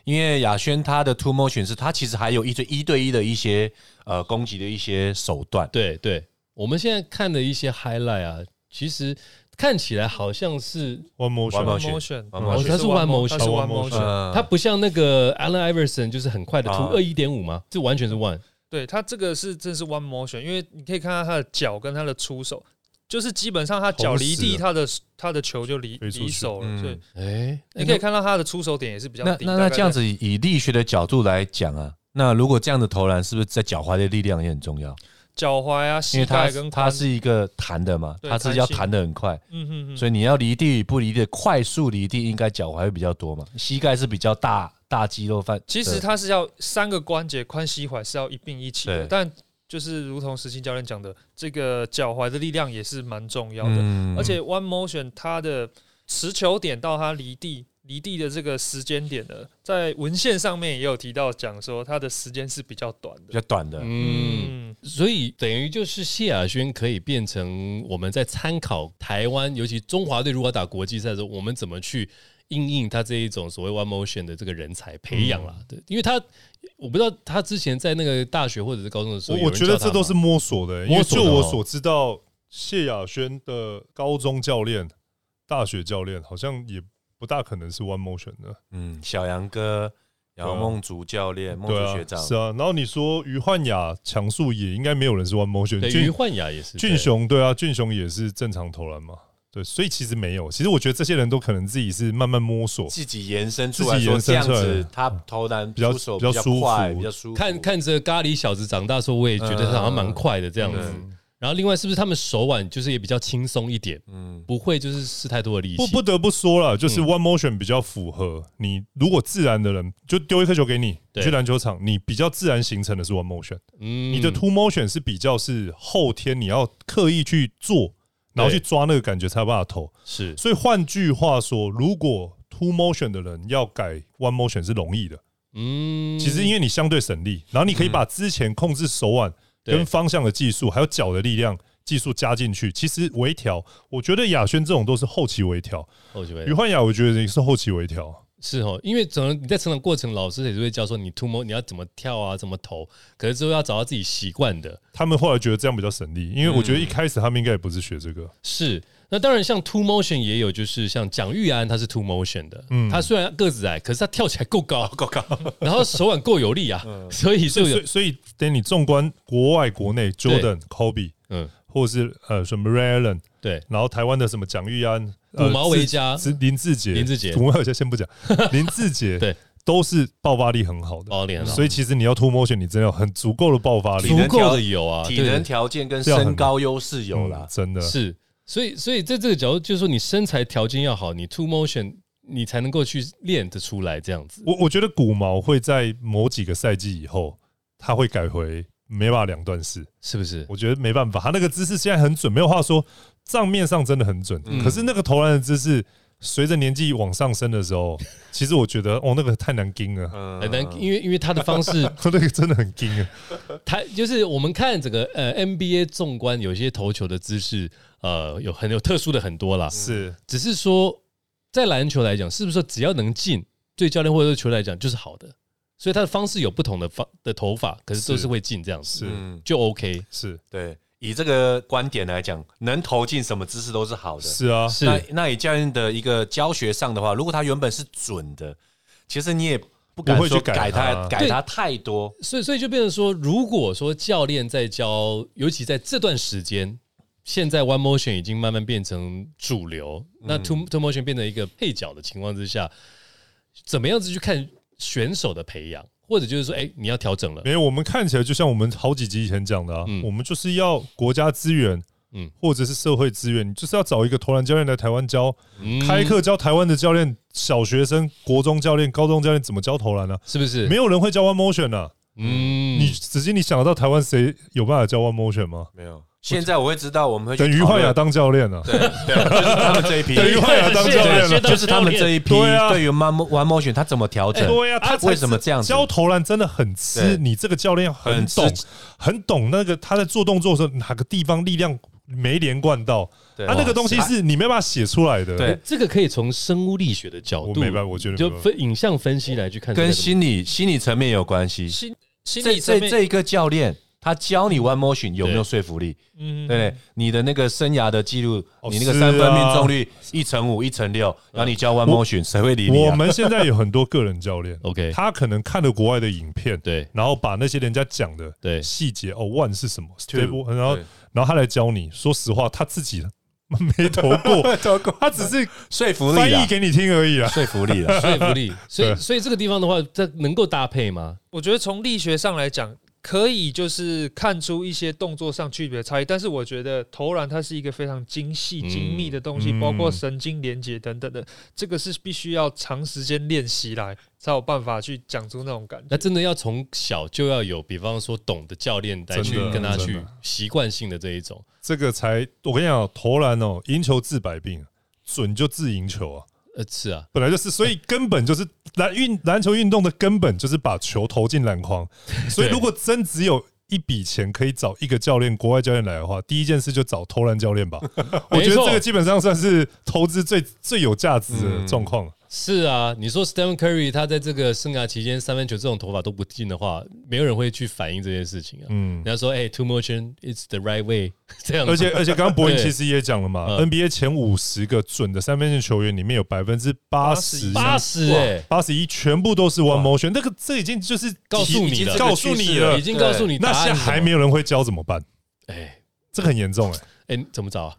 因为亚轩他的 two motion 是他其实还有一对一对一的一些呃攻击的一些手段，
对对，我们现在看的一些 highlight 啊，其实看起来好像是
，One
One
motion，
Motion，
Motion One Motion
它是 One Motion
它是 one
哦，One
motion，
呃
它不像那个 Allen Iverson 就是很快的突
啊
二一点五嘛，这完全是 one。
对他这个是真是 one motion，因为你可以看到他的脚跟他的出手，就是基本上他脚离
同时
地，
啊
他的他的球就离
飞出去
离手了，
嗯
所以
哎，
你可以看到他的出手点也是比较
那
低。
那
大
那
概
这样子以以力学的角度来讲啊，那如果这样的投篮，是不是在脚踝的力量也很重要？
在脚踝啊、
因
膝
为它
盖跟
它
髋，
是一个弹的嘛，
对
它是要弹的很快，
嗯哼哼，
所以你要离地与不离地，快速离地应该脚踝会比较多嘛，膝盖是比较大大肌肉范。
其实它是要三个关节髋膝踝是要一并一起的，
对
但就是如同石青教练讲的，这个脚踝的力量也是蛮重要的。
嗯
而且 One Motion 它的持球点到它离地离地的这个时间点呢，在文献上面也有提到讲说它的时间是比较短
比
的。
较短的，
嗯，
嗯，
所以等于就是谢亚轩可以变成我们在参考台湾，尤其中华队如果打国际赛的时候，我们怎么去应应他这一种所谓 one motion 的这个人才培养啦？啊
嗯
对，因为他我不知道他之前在那个大学或者是高中的时候，
我我觉得这都是摸索的、欸因为
摸索
就
的
我
哦
所知道，谢亚轩的高中教练、大学教练好像也不大可能是 One Motion 的，
嗯，小杨哥，然后
对啊
梦竹教练、梦
对
竹
啊
学，长，
是啊。然后你说于焕雅、强树也应该没有人是 One Motion，
对于
俊
焕雅也是
俊，雄对啊，俊雄也是正常投篮嘛，对，所以其实没有。其实我觉得这些人都可能自己是慢慢摸索，
自己延伸出来
自己
说
延
这
伸
样
出来
子，他投篮
比较
出手
比较
较
舒服
快，比较舒服。
看看着咖喱小子长大的时候，我也觉得他好像蛮快的这样子。
嗯
然后另外是不是他们手腕就是也比较轻松一点，
嗯，
不会就是施太多的力气？
不不得不说
嗯
了，就是 one motion 比较符合你。如果自然的人，就丢一颗球给你，
对
你去篮球场，你比较自然形成的是 one motion，、
嗯
你的 two motion 是比较是后天你要刻意去做，然后去抓那个感觉才有办法投。
是
所以换句话说，如果 two motion 的人要改 one motion 是容易的，
嗯，
其实因为你相对省力，然后你可以把之前控制手腕
对
跟方向的技术，还有脚的力量。技术加进去，其实微调，我觉得亚轩这种都是后期微调。
我觉
于
得
焕雅，我觉得也是后期微调。
是哦，因为整个你在成长过程，老师也是会教说你 two more 你要怎么跳啊，怎么投，可是之后要找到自己习惯的。
他们后来觉得这样比较省力，
嗯
因为我觉得一开始他们应该也不是学这个，
是，那当然像 two motion 也有，就是像蒋玉安他是 two motion 的，
嗯
他虽然个子矮，可是他跳起来够高，
哦够高。嗯
然后手腕够有力啊，所以就
所
有
以所以等你纵观国外、国内，Jordan、Kobe，
嗯
或者是呃什么 Ray Allen，
对
哦
然后台湾的什么蒋玉安、呃
古毛维嘉
志林志杰、
林志杰
古毛维嘉先 不讲，林志杰
对
都是爆发力很好的，
包脸了，
所以其实你要 two motion，你真的有很足够的爆发力
体，能
足够
条
的有啊，
体
对
能条件跟
这样很
身高优势有啦
嗯，真的
是，所以所以在这个角度，就是说你身材条件要好，你 two motion 你才能够去练得出来这样子。
我我觉得古毛会在某几个赛季以后，他会改回没办法两段式。
是不是？
嗯
我觉得没办法，他那个姿势现在很准，没有话说。账面上真的很准，
嗯
可是那个投篮的姿势。随着年纪往上升的时候，其实我觉得哦，那个太难盯了，
呃
很难，呃因为因为他的方式，
那个真的很盯啊。
嗯他就是我们看整个呃 NBA 纵观，有些投球的姿势，呃，有很有特殊的很多啦。
是，
只是说，在篮球来讲，是不是说只要能进，对教练或者对球来讲就是好的？所以他的方式有不同的方的投法，可是都
是
是会进这样子，
是
嗯，
就 OK。
是
对，以这个观点来讲，能投进什么姿势都是好的。
是啊，
是
那那以教练的一个教学上的话，如果他原本是准的，其实你也不敢
不会
说
去改
改
它
他，改
对
他太多。
所以所以就变成说，如果说教练在教，尤其在这段时间，现在 One Motion 已经慢慢变成主流，
嗯
那 Two Two Motion 变成一个配角的情况之下，怎么样子去看选手的培养，或者就是说，哎、你要调整了
没，有，我们看起来就像我们好几集以前讲的啊，
嗯
我们就是要国家资源，
嗯
嗯，或者是社会资源，你就是要找一个投篮教练来台湾教，
嗯
开课教台湾的教练，小学生、国中教练、高中教练怎么教投篮呢、
是不是？
没有人会教 one motion 啊！
嗯
你子金，你想得到台湾谁有办法教 one motion 吗？
没有，现在我会知道我们会去
等于
讨
焕
论
雅当教练啊，
对对，就是他们这一批，
等于焕雅当教练啊
是
了
的。
就是他们这一批
对啊
对于 One Mo- One Motion 他怎么调整？
哎对啊呀，他才
啊为什么这样子
教投篮真的很吃
对
你这个教练很
很吃
懂，很懂那个他在做动作的时候哪个地方力量没连贯到，
对
啊他那个东西是你没办法写出来的。
对
哎这个可以从生物力学的角
哎我
度，
没办法，我觉得
就
没办法
分影像分析来去看这个东
跟
西，
心理心理层面有关系。
心心
这
理层
这
面
这一个教练，他教你 One Motion 有没有说服力？
嗯
对不对？你的那个生涯的记录，
哦
你那个
是
三分
啊
命中率一成五、一成六，然后你教 One Motion，谁会理你
我
啊？
们现在有很多个人教 练
OK
他可能看了国外的影片，
对
然后把那些人家讲的
对
细节哦，one 是什么
Two，
，step，然后
对
然后他来教你。说实话，他自己没投 过， 他只是
说服
翻
力
译
啊，
给你听而已啊。
说服力啊。
说服力。所以
对
所以这个地方的话，这能够搭配吗？
我觉得从力学上来讲，可以就是看出一些动作上区别的差异，但是我觉得投篮它是一个非常精细、
嗯
精密的东西，
嗯
包括神经连接等等的，这个是必须要长时间练习来才有办法去讲出那种感觉。
那真的要从小就要有，比方说懂的教练带去
真的
跟他
真
去
的
习惯性的这一种，
这个才我跟你讲哦，投篮哦，赢球治百病，准就治赢球啊，
呃，是啊，
本来就是，所以根本就是篮运篮球运动的根本就是把球投进篮筐。所以如果真只有一笔钱可以找一个教练，国外教练来的话，第一件事就找投篮教练吧。 我觉得这个基本上算是投资最最有价值的状况了。
是啊。你说 Stephen Curry 他在这个生涯期间三分球这种投法都不进的话，没有人会去反映这件事情啊。
嗯
人，家说，哎、t w o motion is the right way，这 样子，
而且而且，刚刚博文
对
其实也讲了嘛
嗯
，NBA 前五十个准的三分线球员里面有百分之八十
81%
八十哎，
八十一全部都是 one motion，那个这已经就是
告诉你了
告诉你了
已，经告诉你答
那
案
现在
是什么
还没有人会教怎么办？
哎。
这个很严重哎、
哎、你怎么找、啊？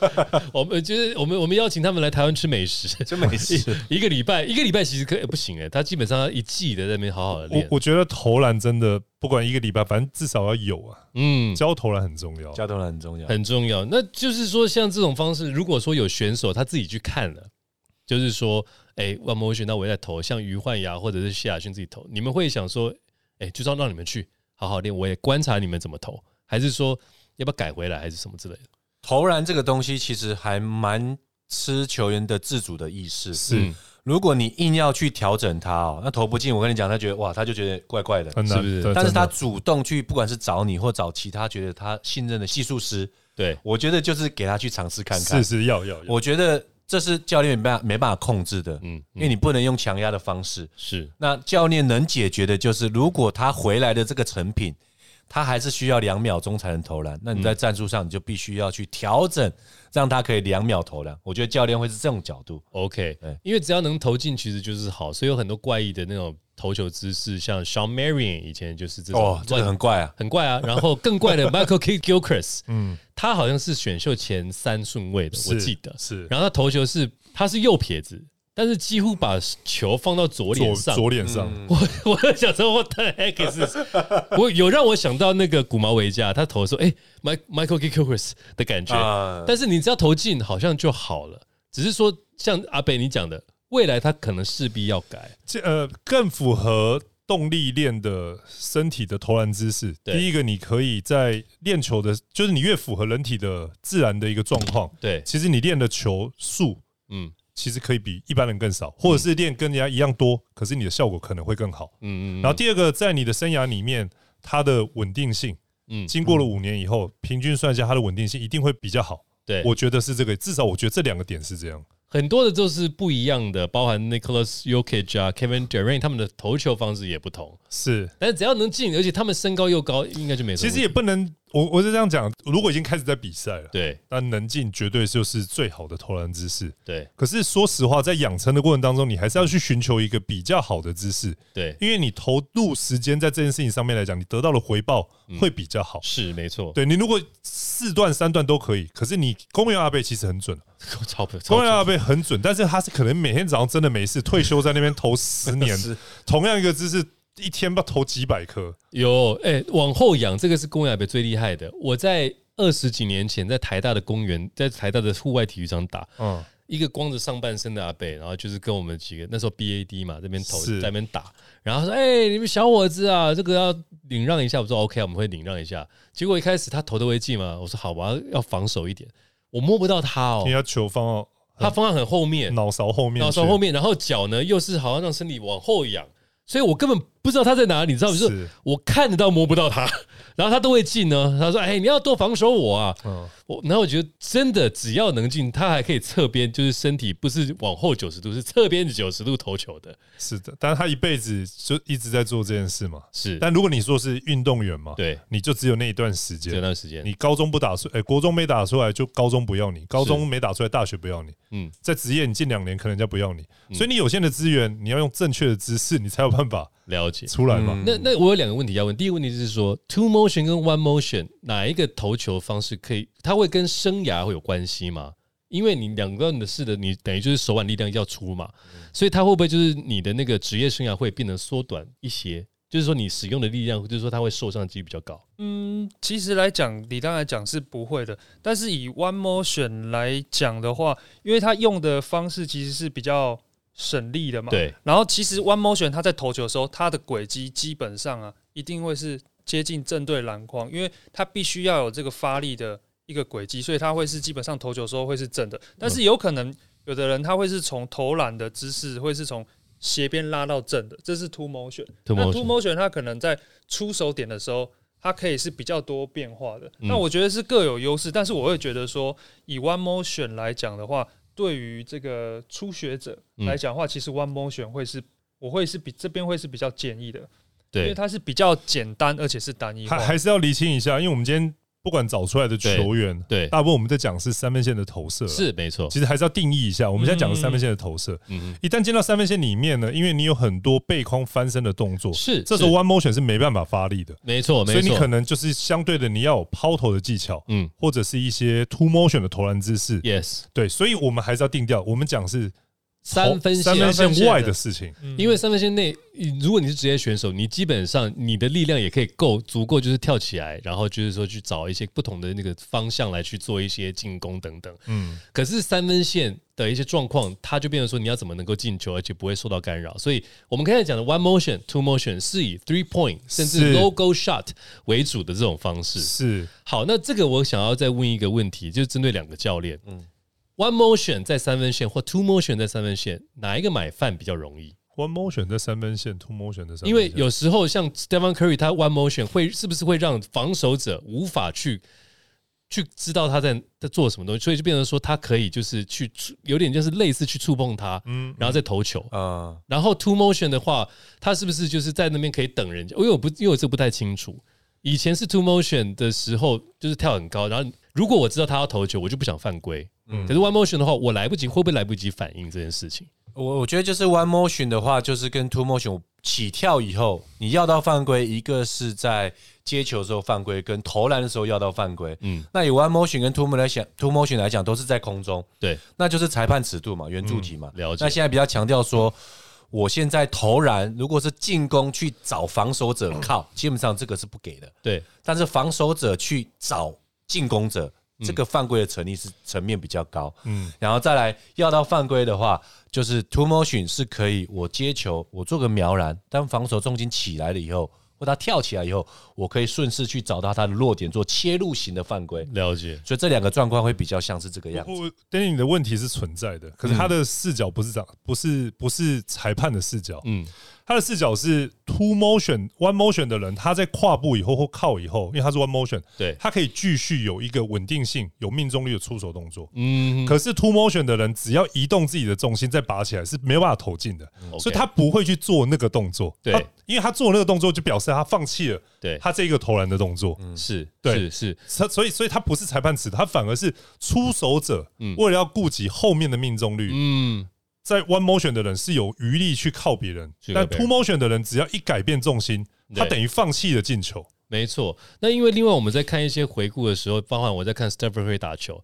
我们就是我们我们邀请他们来台湾吃美食，
真没事，
一个礼拜一个礼拜其实可以、不行哎、他基本上要一季的在那边好好的
我
练。
我觉得投篮真的不管一个礼拜，反正至少要有啊，
嗯，
教投篮很重要。
交通很重要。
很重要。那就是说，像这种方式，如果说有选手他自己去看了，就是说，哎、万 o n 选，那我也在投，像于焕雅或者是谢亚轩自己投，你们会想说，哎、就让让你们去好好练，我也观察你们怎么投，还是说要不要改回来，还是什么之类的？
投篮这个东西其实还蛮吃球员的自主的意识。
是、
嗯
如果你硬要去调整他哦，那投不进，我跟你讲，他觉得哇，他就觉得怪怪的。
很难，
是不是
对
但是他
真的
主动去，不管是找你或找其他觉得他信任的技术师，
对，
我觉得就是给他去尝试看看
是。是要要要，
我觉得这是教练没办法没办法控制的，
嗯，
因为你不能用强压的方式。
是
那教练能解决的就是，如果他回来的这个成品，他还是需要两秒钟才能投篮，那你在战术上你就必须要去调整，让他可以两秒投篮。我觉得教练会是这种角度，
OK，
对
因为只要能投进，其实就是好，所以有很多怪异的那种投球姿势，像 Sean Marion 以前就是这种
哦，这个很怪啊，
很怪啊。然后更怪的 Michael K. Gilchrist，嗯， 他好像是选秀前三顺位的，我
是
记得。
是
然后他投球是他是右撇子，但是几乎把球放到左
左
脸上。
左脸上、
我 我在想说，What the heck is this？我有让我想到那个古毛维加，他投的时候，哎、m i Michael K. Gilchrist 的感觉。
啊，
但是你只要投进，好像就好了。只是说，像阿北你讲的，未来他可能势必要改。
这呃更符合动力链的身体的投篮姿势。
对
第一个，你可以在练球的，就是你越符合人体的自然的一个状况，
对，
其实你练的球数
嗯
其实可以比一般人更少，或者是练跟人家一样多，可是你的效果可能会更好。
嗯嗯，
然后第二个，在你的生涯里面，它的稳定性，
嗯
经过了五年以后，平均算下它的稳定性一定会比较好。
对，
我觉得是这个，至少我觉得这两个点是这样。
很多的都是不一样的，包含 Nicholas Jokic 啊、Kevin Durant 他们的投球方式也不同，
是，
但是只要能进，而且他们身高又高，应该就没什
其
么问题。
实也不能，我我是这样讲，如果已经开始在比赛了，
对
那能进绝对就是最好的投篮姿势。
对
可是说实话，在养成的过程当中，你还是要去寻求一个比较好的姿势，
对，
因为你投入时间在这件事情上面来讲，你得到的回报会比较好。
是没错，
对你如果四段三段都可以，可是你公园阿贝其实很准，
超不
公
超
园阿贝很准，但是他是可能每天早上真的没事，退休在那边投十年，
是
同样一个姿势一天吧投几百颗，
有哎、往后仰这个是公园北最厉害的。我在二十几年前在台大的公园，在台大的户外体育场打，
嗯，
一个光着上半身的阿贝，然后就是跟我们几个那时候 BAD 嘛，这边投
是
在那边打，然后他说：“哎、你们小伙子啊，这个要领让一下。”我说：“OK，我们会领让一下。”结果一开始他投的会进嘛，我说：“好吧，要防守一点。”我摸不到他哦
因为，他球放到
他方向很后面，
脑勺后面去，
然后从后面，然后脚呢又是好像让身体往后仰，所以我根本不知道他在哪里，你知道吗？就是
是
我看得到摸不到他， 然后他都会进呢。他说：“哎、你要多防守我啊！”
嗯
我然后我觉得真的只要能进，他还可以侧边，就是身体不是往后九十度，是侧边九十度投球的。
是的，但是他一辈子就一直在做这件事嘛。
是，
但如果你说是运动员嘛，
对，
你就只有那一段时
这
间。
段时间，
你高中不打出，哎、国中没打出来就高中不要你，高中没打出来大学不要你，
嗯，
在职业你近两年可能人家不要你，所以你有限的资源，你要用正确的姿势，你才有办法
了解。
出来嘛。
那那我有两个问题要问，第一个问题就是说，two motion 跟 one motion 哪一个投球方式可以？它会跟生涯会有关系吗？因为你两个人的事的，你等于就是手腕力量要出嘛，所以它会不会就是你的那个职业生涯会变得缩短一些？就是说你使用的力量，就是说它会受伤的几率比较高。
嗯，其实来讲，理当来讲是不会的。但是以 One Motion 来讲的话，因为它用的方式其实是比较省力的嘛。。
对，
然后其实 One Motion 它在投球的时候，它的轨迹基本上啊，一定会是接近正对篮筐，因为它必须要有这个发力的一个轨迹，所以它会是基本上投球的时候会是正的。但是有可能有的人他会是从投篮的姿势，会是从斜边拉到正的，这是 Two Motion。
two
那 two
motion
motion 它可能在出手点的时候，它可以是比较多变化的。
嗯
那我觉得是各有优势，但是我会觉得说，以 one motion 来讲的话，对于这个初学者
嗯
来讲的话，其实 one motion 会是我会是比这边会是比较建议的，因为
对
它是比较简单，而且是单一化
还。还是要厘清一下，因为我们今天不管找出来的球员，
对，
大部分我们在讲是三分线的投射，，
是没错。
其实还是要定义一下。我们现在讲的是三分线的投射，
嗯
一旦进到三分线里面呢，因为你有很多背框翻身的动作，
哼，是
这时候 one motion 是没办法发力的，
没错哦没
所以你可
错，
能就是相对的你要有抛投的技巧，
嗯
或者是一些 two motion 的投篮姿势。
，yes，
对，所以我们还是要定调，我们讲是
三分
三
线
分
三分
线
线
外
的
的事情。
因为三分线内，如果你是职业选手，你基本上你的力量也可以够足够，就是跳起来，然后就是说去找一些不同的那个方向来去做一些进攻等等。
嗯，
可是三分线的一些状况，它就变成说你要怎么能够进球，而且不会受到干扰。所以我们刚才讲的 one motion、two motion 是以 three point 甚至
是
logo shot 为主的这种方式。
是
好，那这个我想要再问一个问题，就是针对两个教练，嗯，one motion 在三分线或 two motion 在三分线，哪一个买饭比较容易？
one motion 在三分线，two motion 在三分线，
因为有时候像 Stephen Curry 他 one motion 会是不是会让防守者无法去去知道他在在做什么东西，所以就变成说他可以就是去触有点就是类似去触碰他，
嗯
然后再投球。
啊，
然后 two motion 的话，他是不是就是在那边可以等人家？因为我不因为我这不太清楚。以前是 two motion 的时候，就是跳很高，然后如果我知道他要投球，我就不想犯规。
嗯
可是 one motion 的话，我来不及，会不会来不及反应这件事情？
我我觉得就是 one motion 的话，就是跟 two motion 起跳以后，你要到犯规，一个是在接球的时候犯规，跟投篮的时候要到犯规。
嗯
嗯，那以 one motion 跟 two motion 来讲，two motion 来讲都是在空中，
对，
那就是裁判尺度嘛，圆柱体嘛。
嗯了解
那现在比较强调说，我现在投篮，如果是进攻去找防守者靠，基本上这个是不给的。
对，
但是防守者去找进攻者，这个犯规的成立是层面比较高。
嗯，
然后再来要到犯规的话，就是 two motion 是可以我接球，我做个瞄篮，当防守重心起来了以后，或他跳起来以后，我可以顺势去找到他的落点做切入型的犯规。
了解，
所以这两个状况会比较像是这个样子。
我 Danny 你的问题是存在的，可是
嗯
他的视角不是长，不是不是裁判的视角，
嗯，
他的视角是 two motion one motion 的人，他在跨步以后或靠以后，因为他是 one motion，
对，
他可以继续有一个稳定性、有命中率的出手动作。
嗯，
可是 two motion 的人只要移动自己的重心再拔起来是没有办法投进的，
嗯 OK
所以他不会去做那个动作。
对
他，因为他做那个动作就表示他放弃了
对，嗯
他这个投篮的动作。
是，是
对
是，
所所以所以他不是裁判尺，他反而是出手者，为了要顾及后面的命中率，
嗯，
在 one motion 的人是有余力去靠别人，
去靠
但
别
two
人
motion 的人只要一改变重心，他
对
等于放弃了进球。
没错。那因为另外我们在看一些回顾的时候，包含我在看 Stephen Curry 打球，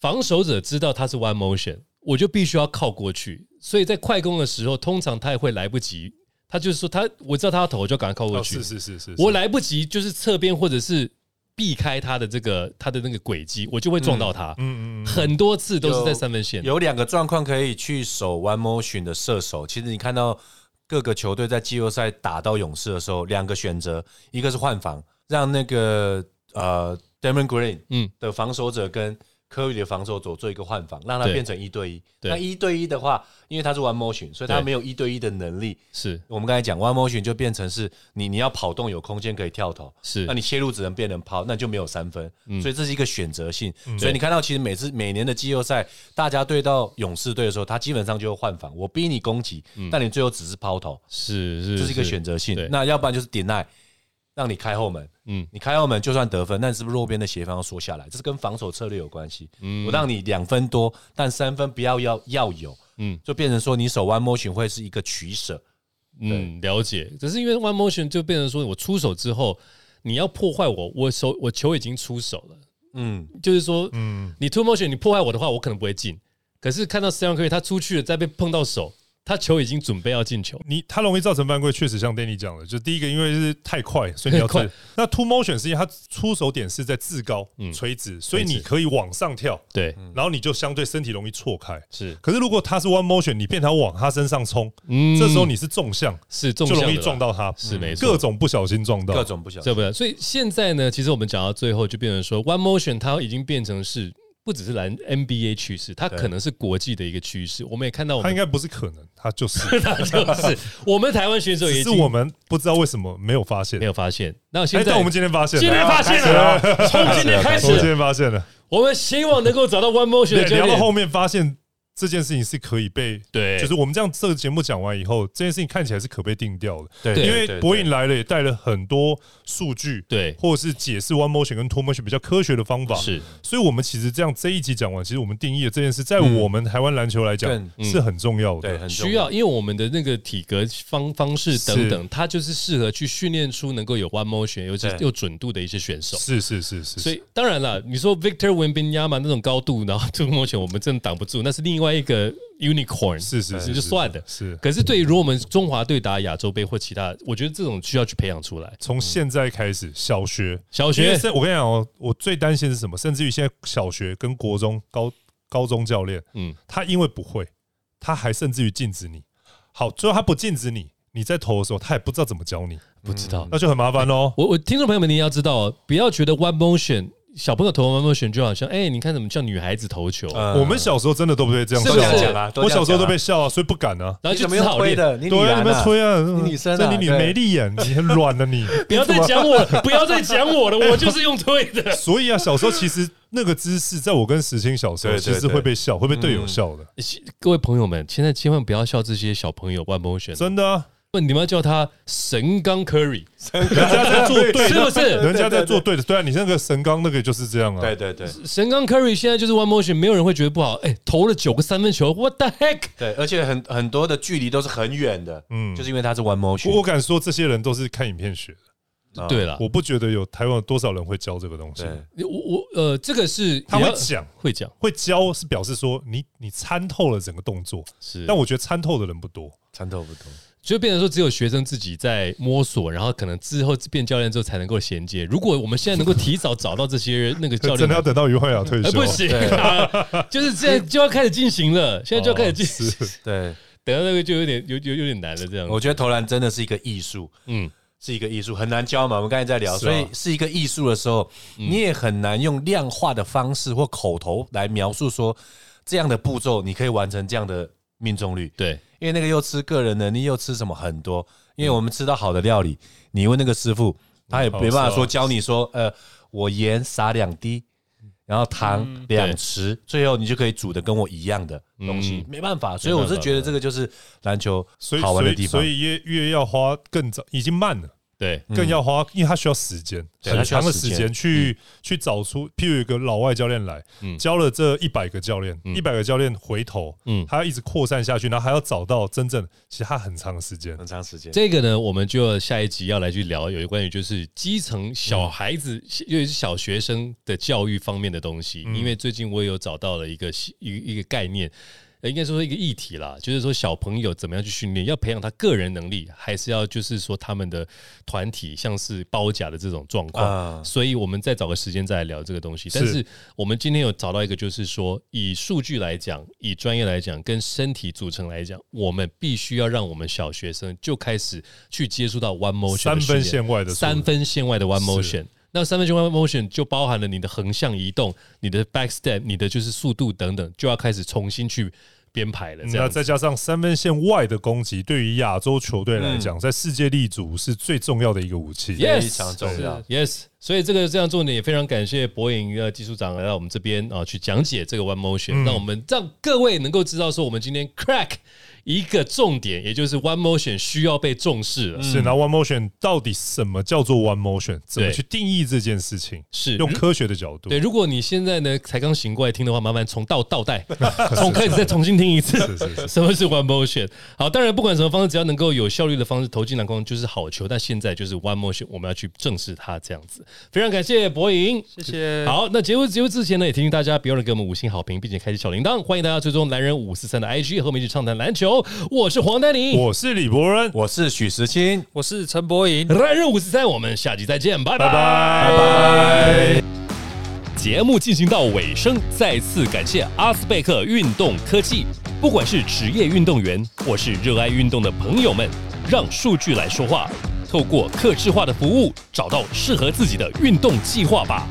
防守者知道他是 one motion，我就必须要靠过去，所以在快攻的时候，通常他也会来不及，他就是说他我知道他要投，我就赶快靠过
哦，
去，
是是是是，是
我来不及就是侧边或者是避开他的这个他的那个轨迹，我就会撞到他。
嗯嗯嗯，
很多次都是在三分线。
有两个状况可以去守 one motion 的射手。其实你看到各个球队在季后赛打到勇士的时候，两个选择，一个是换防，让那个呃 Damon Green
嗯
嗯的防守者跟 Curry 的防守者做一个换防，让他
对
变成一对一。
对
那一对一的话，因为他是 one motion，所以他
对
没有一对一的能力。
是
我们刚才讲 one motion 就变成是你你要跑动有空间可以跳投，
是
那
嗯
你切入只能变成抛，那就没有三分，所以这是一个选择性。所以你看到，其实每次每年的季后赛，大家对到勇士队的时候，他基本上就会换防，我逼你攻击，但你最后只是抛投，
是是，
这是一个选择
对
性。那要不然就是 deny，让你开后门，
嗯
嗯，你开后门就算得分，那你是不是弱边的协防要缩下来？这是跟防守策略有关系。我让你两分多，但三分不要要要有，
嗯
嗯，就变成说你手腕 motion 会是一个取舍，
嗯，了解。只是因为 one motion 就变成说我出手之后，你要破坏我，我手我球已经出手了，
嗯，
就是说，
嗯
你 two motion 你破坏我的话，我可能不会进。可是看到 Stephen Curry 他出去了，再被碰到手，他球已经准备要进球。
你他容易造成犯规，确实像 Danny 讲的，就第一个因为是太快，所以你要
快嗯
退。 那 two motion 是因为他出手点是在自高、垂直，所以
垂直嗯
你可以往上跳，
对，
然后你就相对身体容易错开。
是，
嗯可是如果他是 one motion，你变成往他身上冲，
嗯
这时候你是纵向，
是中
就容
向
易
的啦
撞到他，
是没错
各种不小心撞
各
到。
种不小心。
对不对？所以现在呢，其实我们讲到最后，就变成说，One Motion 它已经变成是不只是篮 NBA 趋势，它可能是国际的一个趋势。我们也看到我
他应
们。
该不是可能，他就是，
它就 是我们台湾选手
只
也已
是
经
我们不知道为什么没有发现
没。有发现。那
哎，
现在
但我们今天发现了，哎啊
今天发现了，从今天开
我们今
始，
天发现了，
我们希望能够找到 One Motion 的教
聊到后
练。
面发现这件事情是可以被
对
就是我们这样这个节目讲完以后，这件事情看起来是可被定调的，
对
因
对
为
对
博影来了也带了很多数据，
对
或者是解释 one motion 跟 two motion 比较科学的方法，
是，
所以我们其实这样这一集讲完，其实我们定义了这件事，在我们台湾篮球来讲
更
是很重要
对，
的，
很重
需要，因为我们的那个体格方方式等等，它就是适合去训练出能够有 One Motion，尤其是
对
有准度的一些选手。
是是是是，
所以当然了，你说 Victor Wembanyama 那种高度，然后这个目前我们真的挡不住，那是另外一个 unicorn，
是是是
就算了。
是。
可是对于如果我们中华队打亚洲杯或其他，我觉得这种需要去培养出来。
从现在开始，小学，
小
因为
学
是我跟你讲哦，我最担心的是什么？甚至于现在小学跟国中、高高中教练，
嗯
嗯，他因为不会，他还甚至于禁止你。好，最后他不禁止你，你在投的时候，他也不知道怎么教你，
不知道，
那就很麻烦喽。
我我听众朋友们，你要知道哦，不要觉得 one motion 小朋友投 one motion 就好像，哎、你看怎么像女孩子投球，
呃
我们小时候真的都不会这样
是
笑
不是
啊，我小时候都被笑啊，所以不敢啊。
然后
你
就
怎么
只
用
好
推
练。
的？你
对啊，
然
你们
啊
吹啊，
你女生啊
这你你
对
没力眼， 你很软的你。
不要再讲我了，不要再讲我 了，我就是用推的。
所以啊，小时候其实那个姿势，在我跟石青小时候，
对
其
对
实会被笑，会被队友
嗯
笑的，
各位朋友们，现在千万不要笑这些小朋友 one motion，
真的啊。
不，你们要叫他神刚 Curry，
人家在做对，
是不 是？
人家在做对的，对啊，你那个神刚那个就是这样啊，
对对对
神刚 Curry 现在就是 one motion，没有人会觉得不好。哎、投了九个三分球，what the heck？
对，而且很很多的距离都是很远的，嗯，就是因为它是 one
我我
motion，
敢说这些人都是看影片学的，
啊
对了，
我不觉得有台湾有多少人会教这个东西。
对，
我我呃，这个是
他
也
会
要
讲，
会讲，
会教是表示说你你参透了整个动作，
是
但我觉得参透的人不多。
参透不多，
所以变成说，只有学生自己在摸索，然后可能之后变教练之后才能够衔接。如果我们现在能够提早找到这些那个教
真
练
的要，等到于焕雅退休
哎，， 不行啊，就是现在就要开始进行了，现在就要开始
哦
进行，
对，
等到那个就有点有有有点难了这样。
哦
我觉得投篮真的是一个艺术，
嗯，
是一个艺术，很难教嘛。我们刚才在聊，
是啊
所以是一个艺术的时候，你也很难用量化的方式或口头来描述说这样的步骤你可以完成这样的命中率。
对，
因为那个又吃个人能力，又吃什么很多。因为
嗯
我们吃到好的料理，你问那个师傅，他也没办法说教你说，呃，我盐撒两滴，然后糖
嗯
两匙，最后你就可以煮的跟我一样的东
嗯
西，没办法。所以我是觉得这个就是篮球
所以
好玩
所
的
以
地方
所。以越越要花更早，已经慢了。
对，
更要花，因为他需要时间，
对
很
他需要
长的
时
时
间
间去去找出，譬如一个老外教练来
嗯
教了这一百个教练，一百个教练回头
嗯，
他要一直扩散下去，然后还要找到真正，其实他很长的时间
嗯
很，长时间。
这个呢，我们就下一集要来去聊有关于就是基层小孩子，
嗯
尤其是小学生的教育方面的东西。因为最近我也有找到了一个西一个一个概念，呃应该说一个议题啦，就是说小朋友怎么样去训练，要培养他个人能力，还是要就是说他们的团体像是包夹的这种状况。
啊
所以我们再找个时间再来聊这个东西。
是
但是我们今天有找到一个，就是说以数据来讲，以专业来讲，跟身体组成来讲，我们必须要让我们小学生就开始去接触到 one motion
三
的训
分
练
线外的
三
速度
分线外的 one motion。那三分线 one motion 就包含了你的横向移动、你的 back step、你的就是速度等等，就要开始重新去编排了。这
那
样
再
子，
加上三分线外的攻击，对于亚洲球队
嗯
来讲，在世界立足是最重要的一个武器。
Yes
非常重要。
Yes，所以这个这样重点也非常感谢博影的技术长来到我们这边啊，去讲解这个 One Motion，、让我们让各位能够知道说我们今天 crack 一个重点，也就是 One Motion 需要被重视了。
是，那 one motion 到底什么叫做 one motion？怎
嗯
么
对
去定义这件事情？
是嗯
用科学的角度
对，。如果你现在呢才刚醒过来听的话，麻烦从倒倒带，从开始再重新听一次。
是是是
什么是 one motion？好，当然不管什么方式，只要能够有效率的方式投进篮筐就是好球。但现在就是 one motion，我们要去正视它，这样子。非常感谢博影，
谢谢。
好，那节目结束之前呢，也提醒大家别忘了给我们五星好评，并且开启小铃铛。欢迎大家追踪男人五四三的 IG，和我们一起畅谈篮球。我是黄丹宁，
我是李博恩，
我是许时清，
我是陈柏莹。
男人五四三，我们下集再见，拜拜。
拜拜。
节目进行到尾声，再次感谢阿斯贝克运动科技。不管是职业运动员或是热爱运动的朋友们，让数据来说话，透过客制化的服务，找到适合自己的运动计划吧。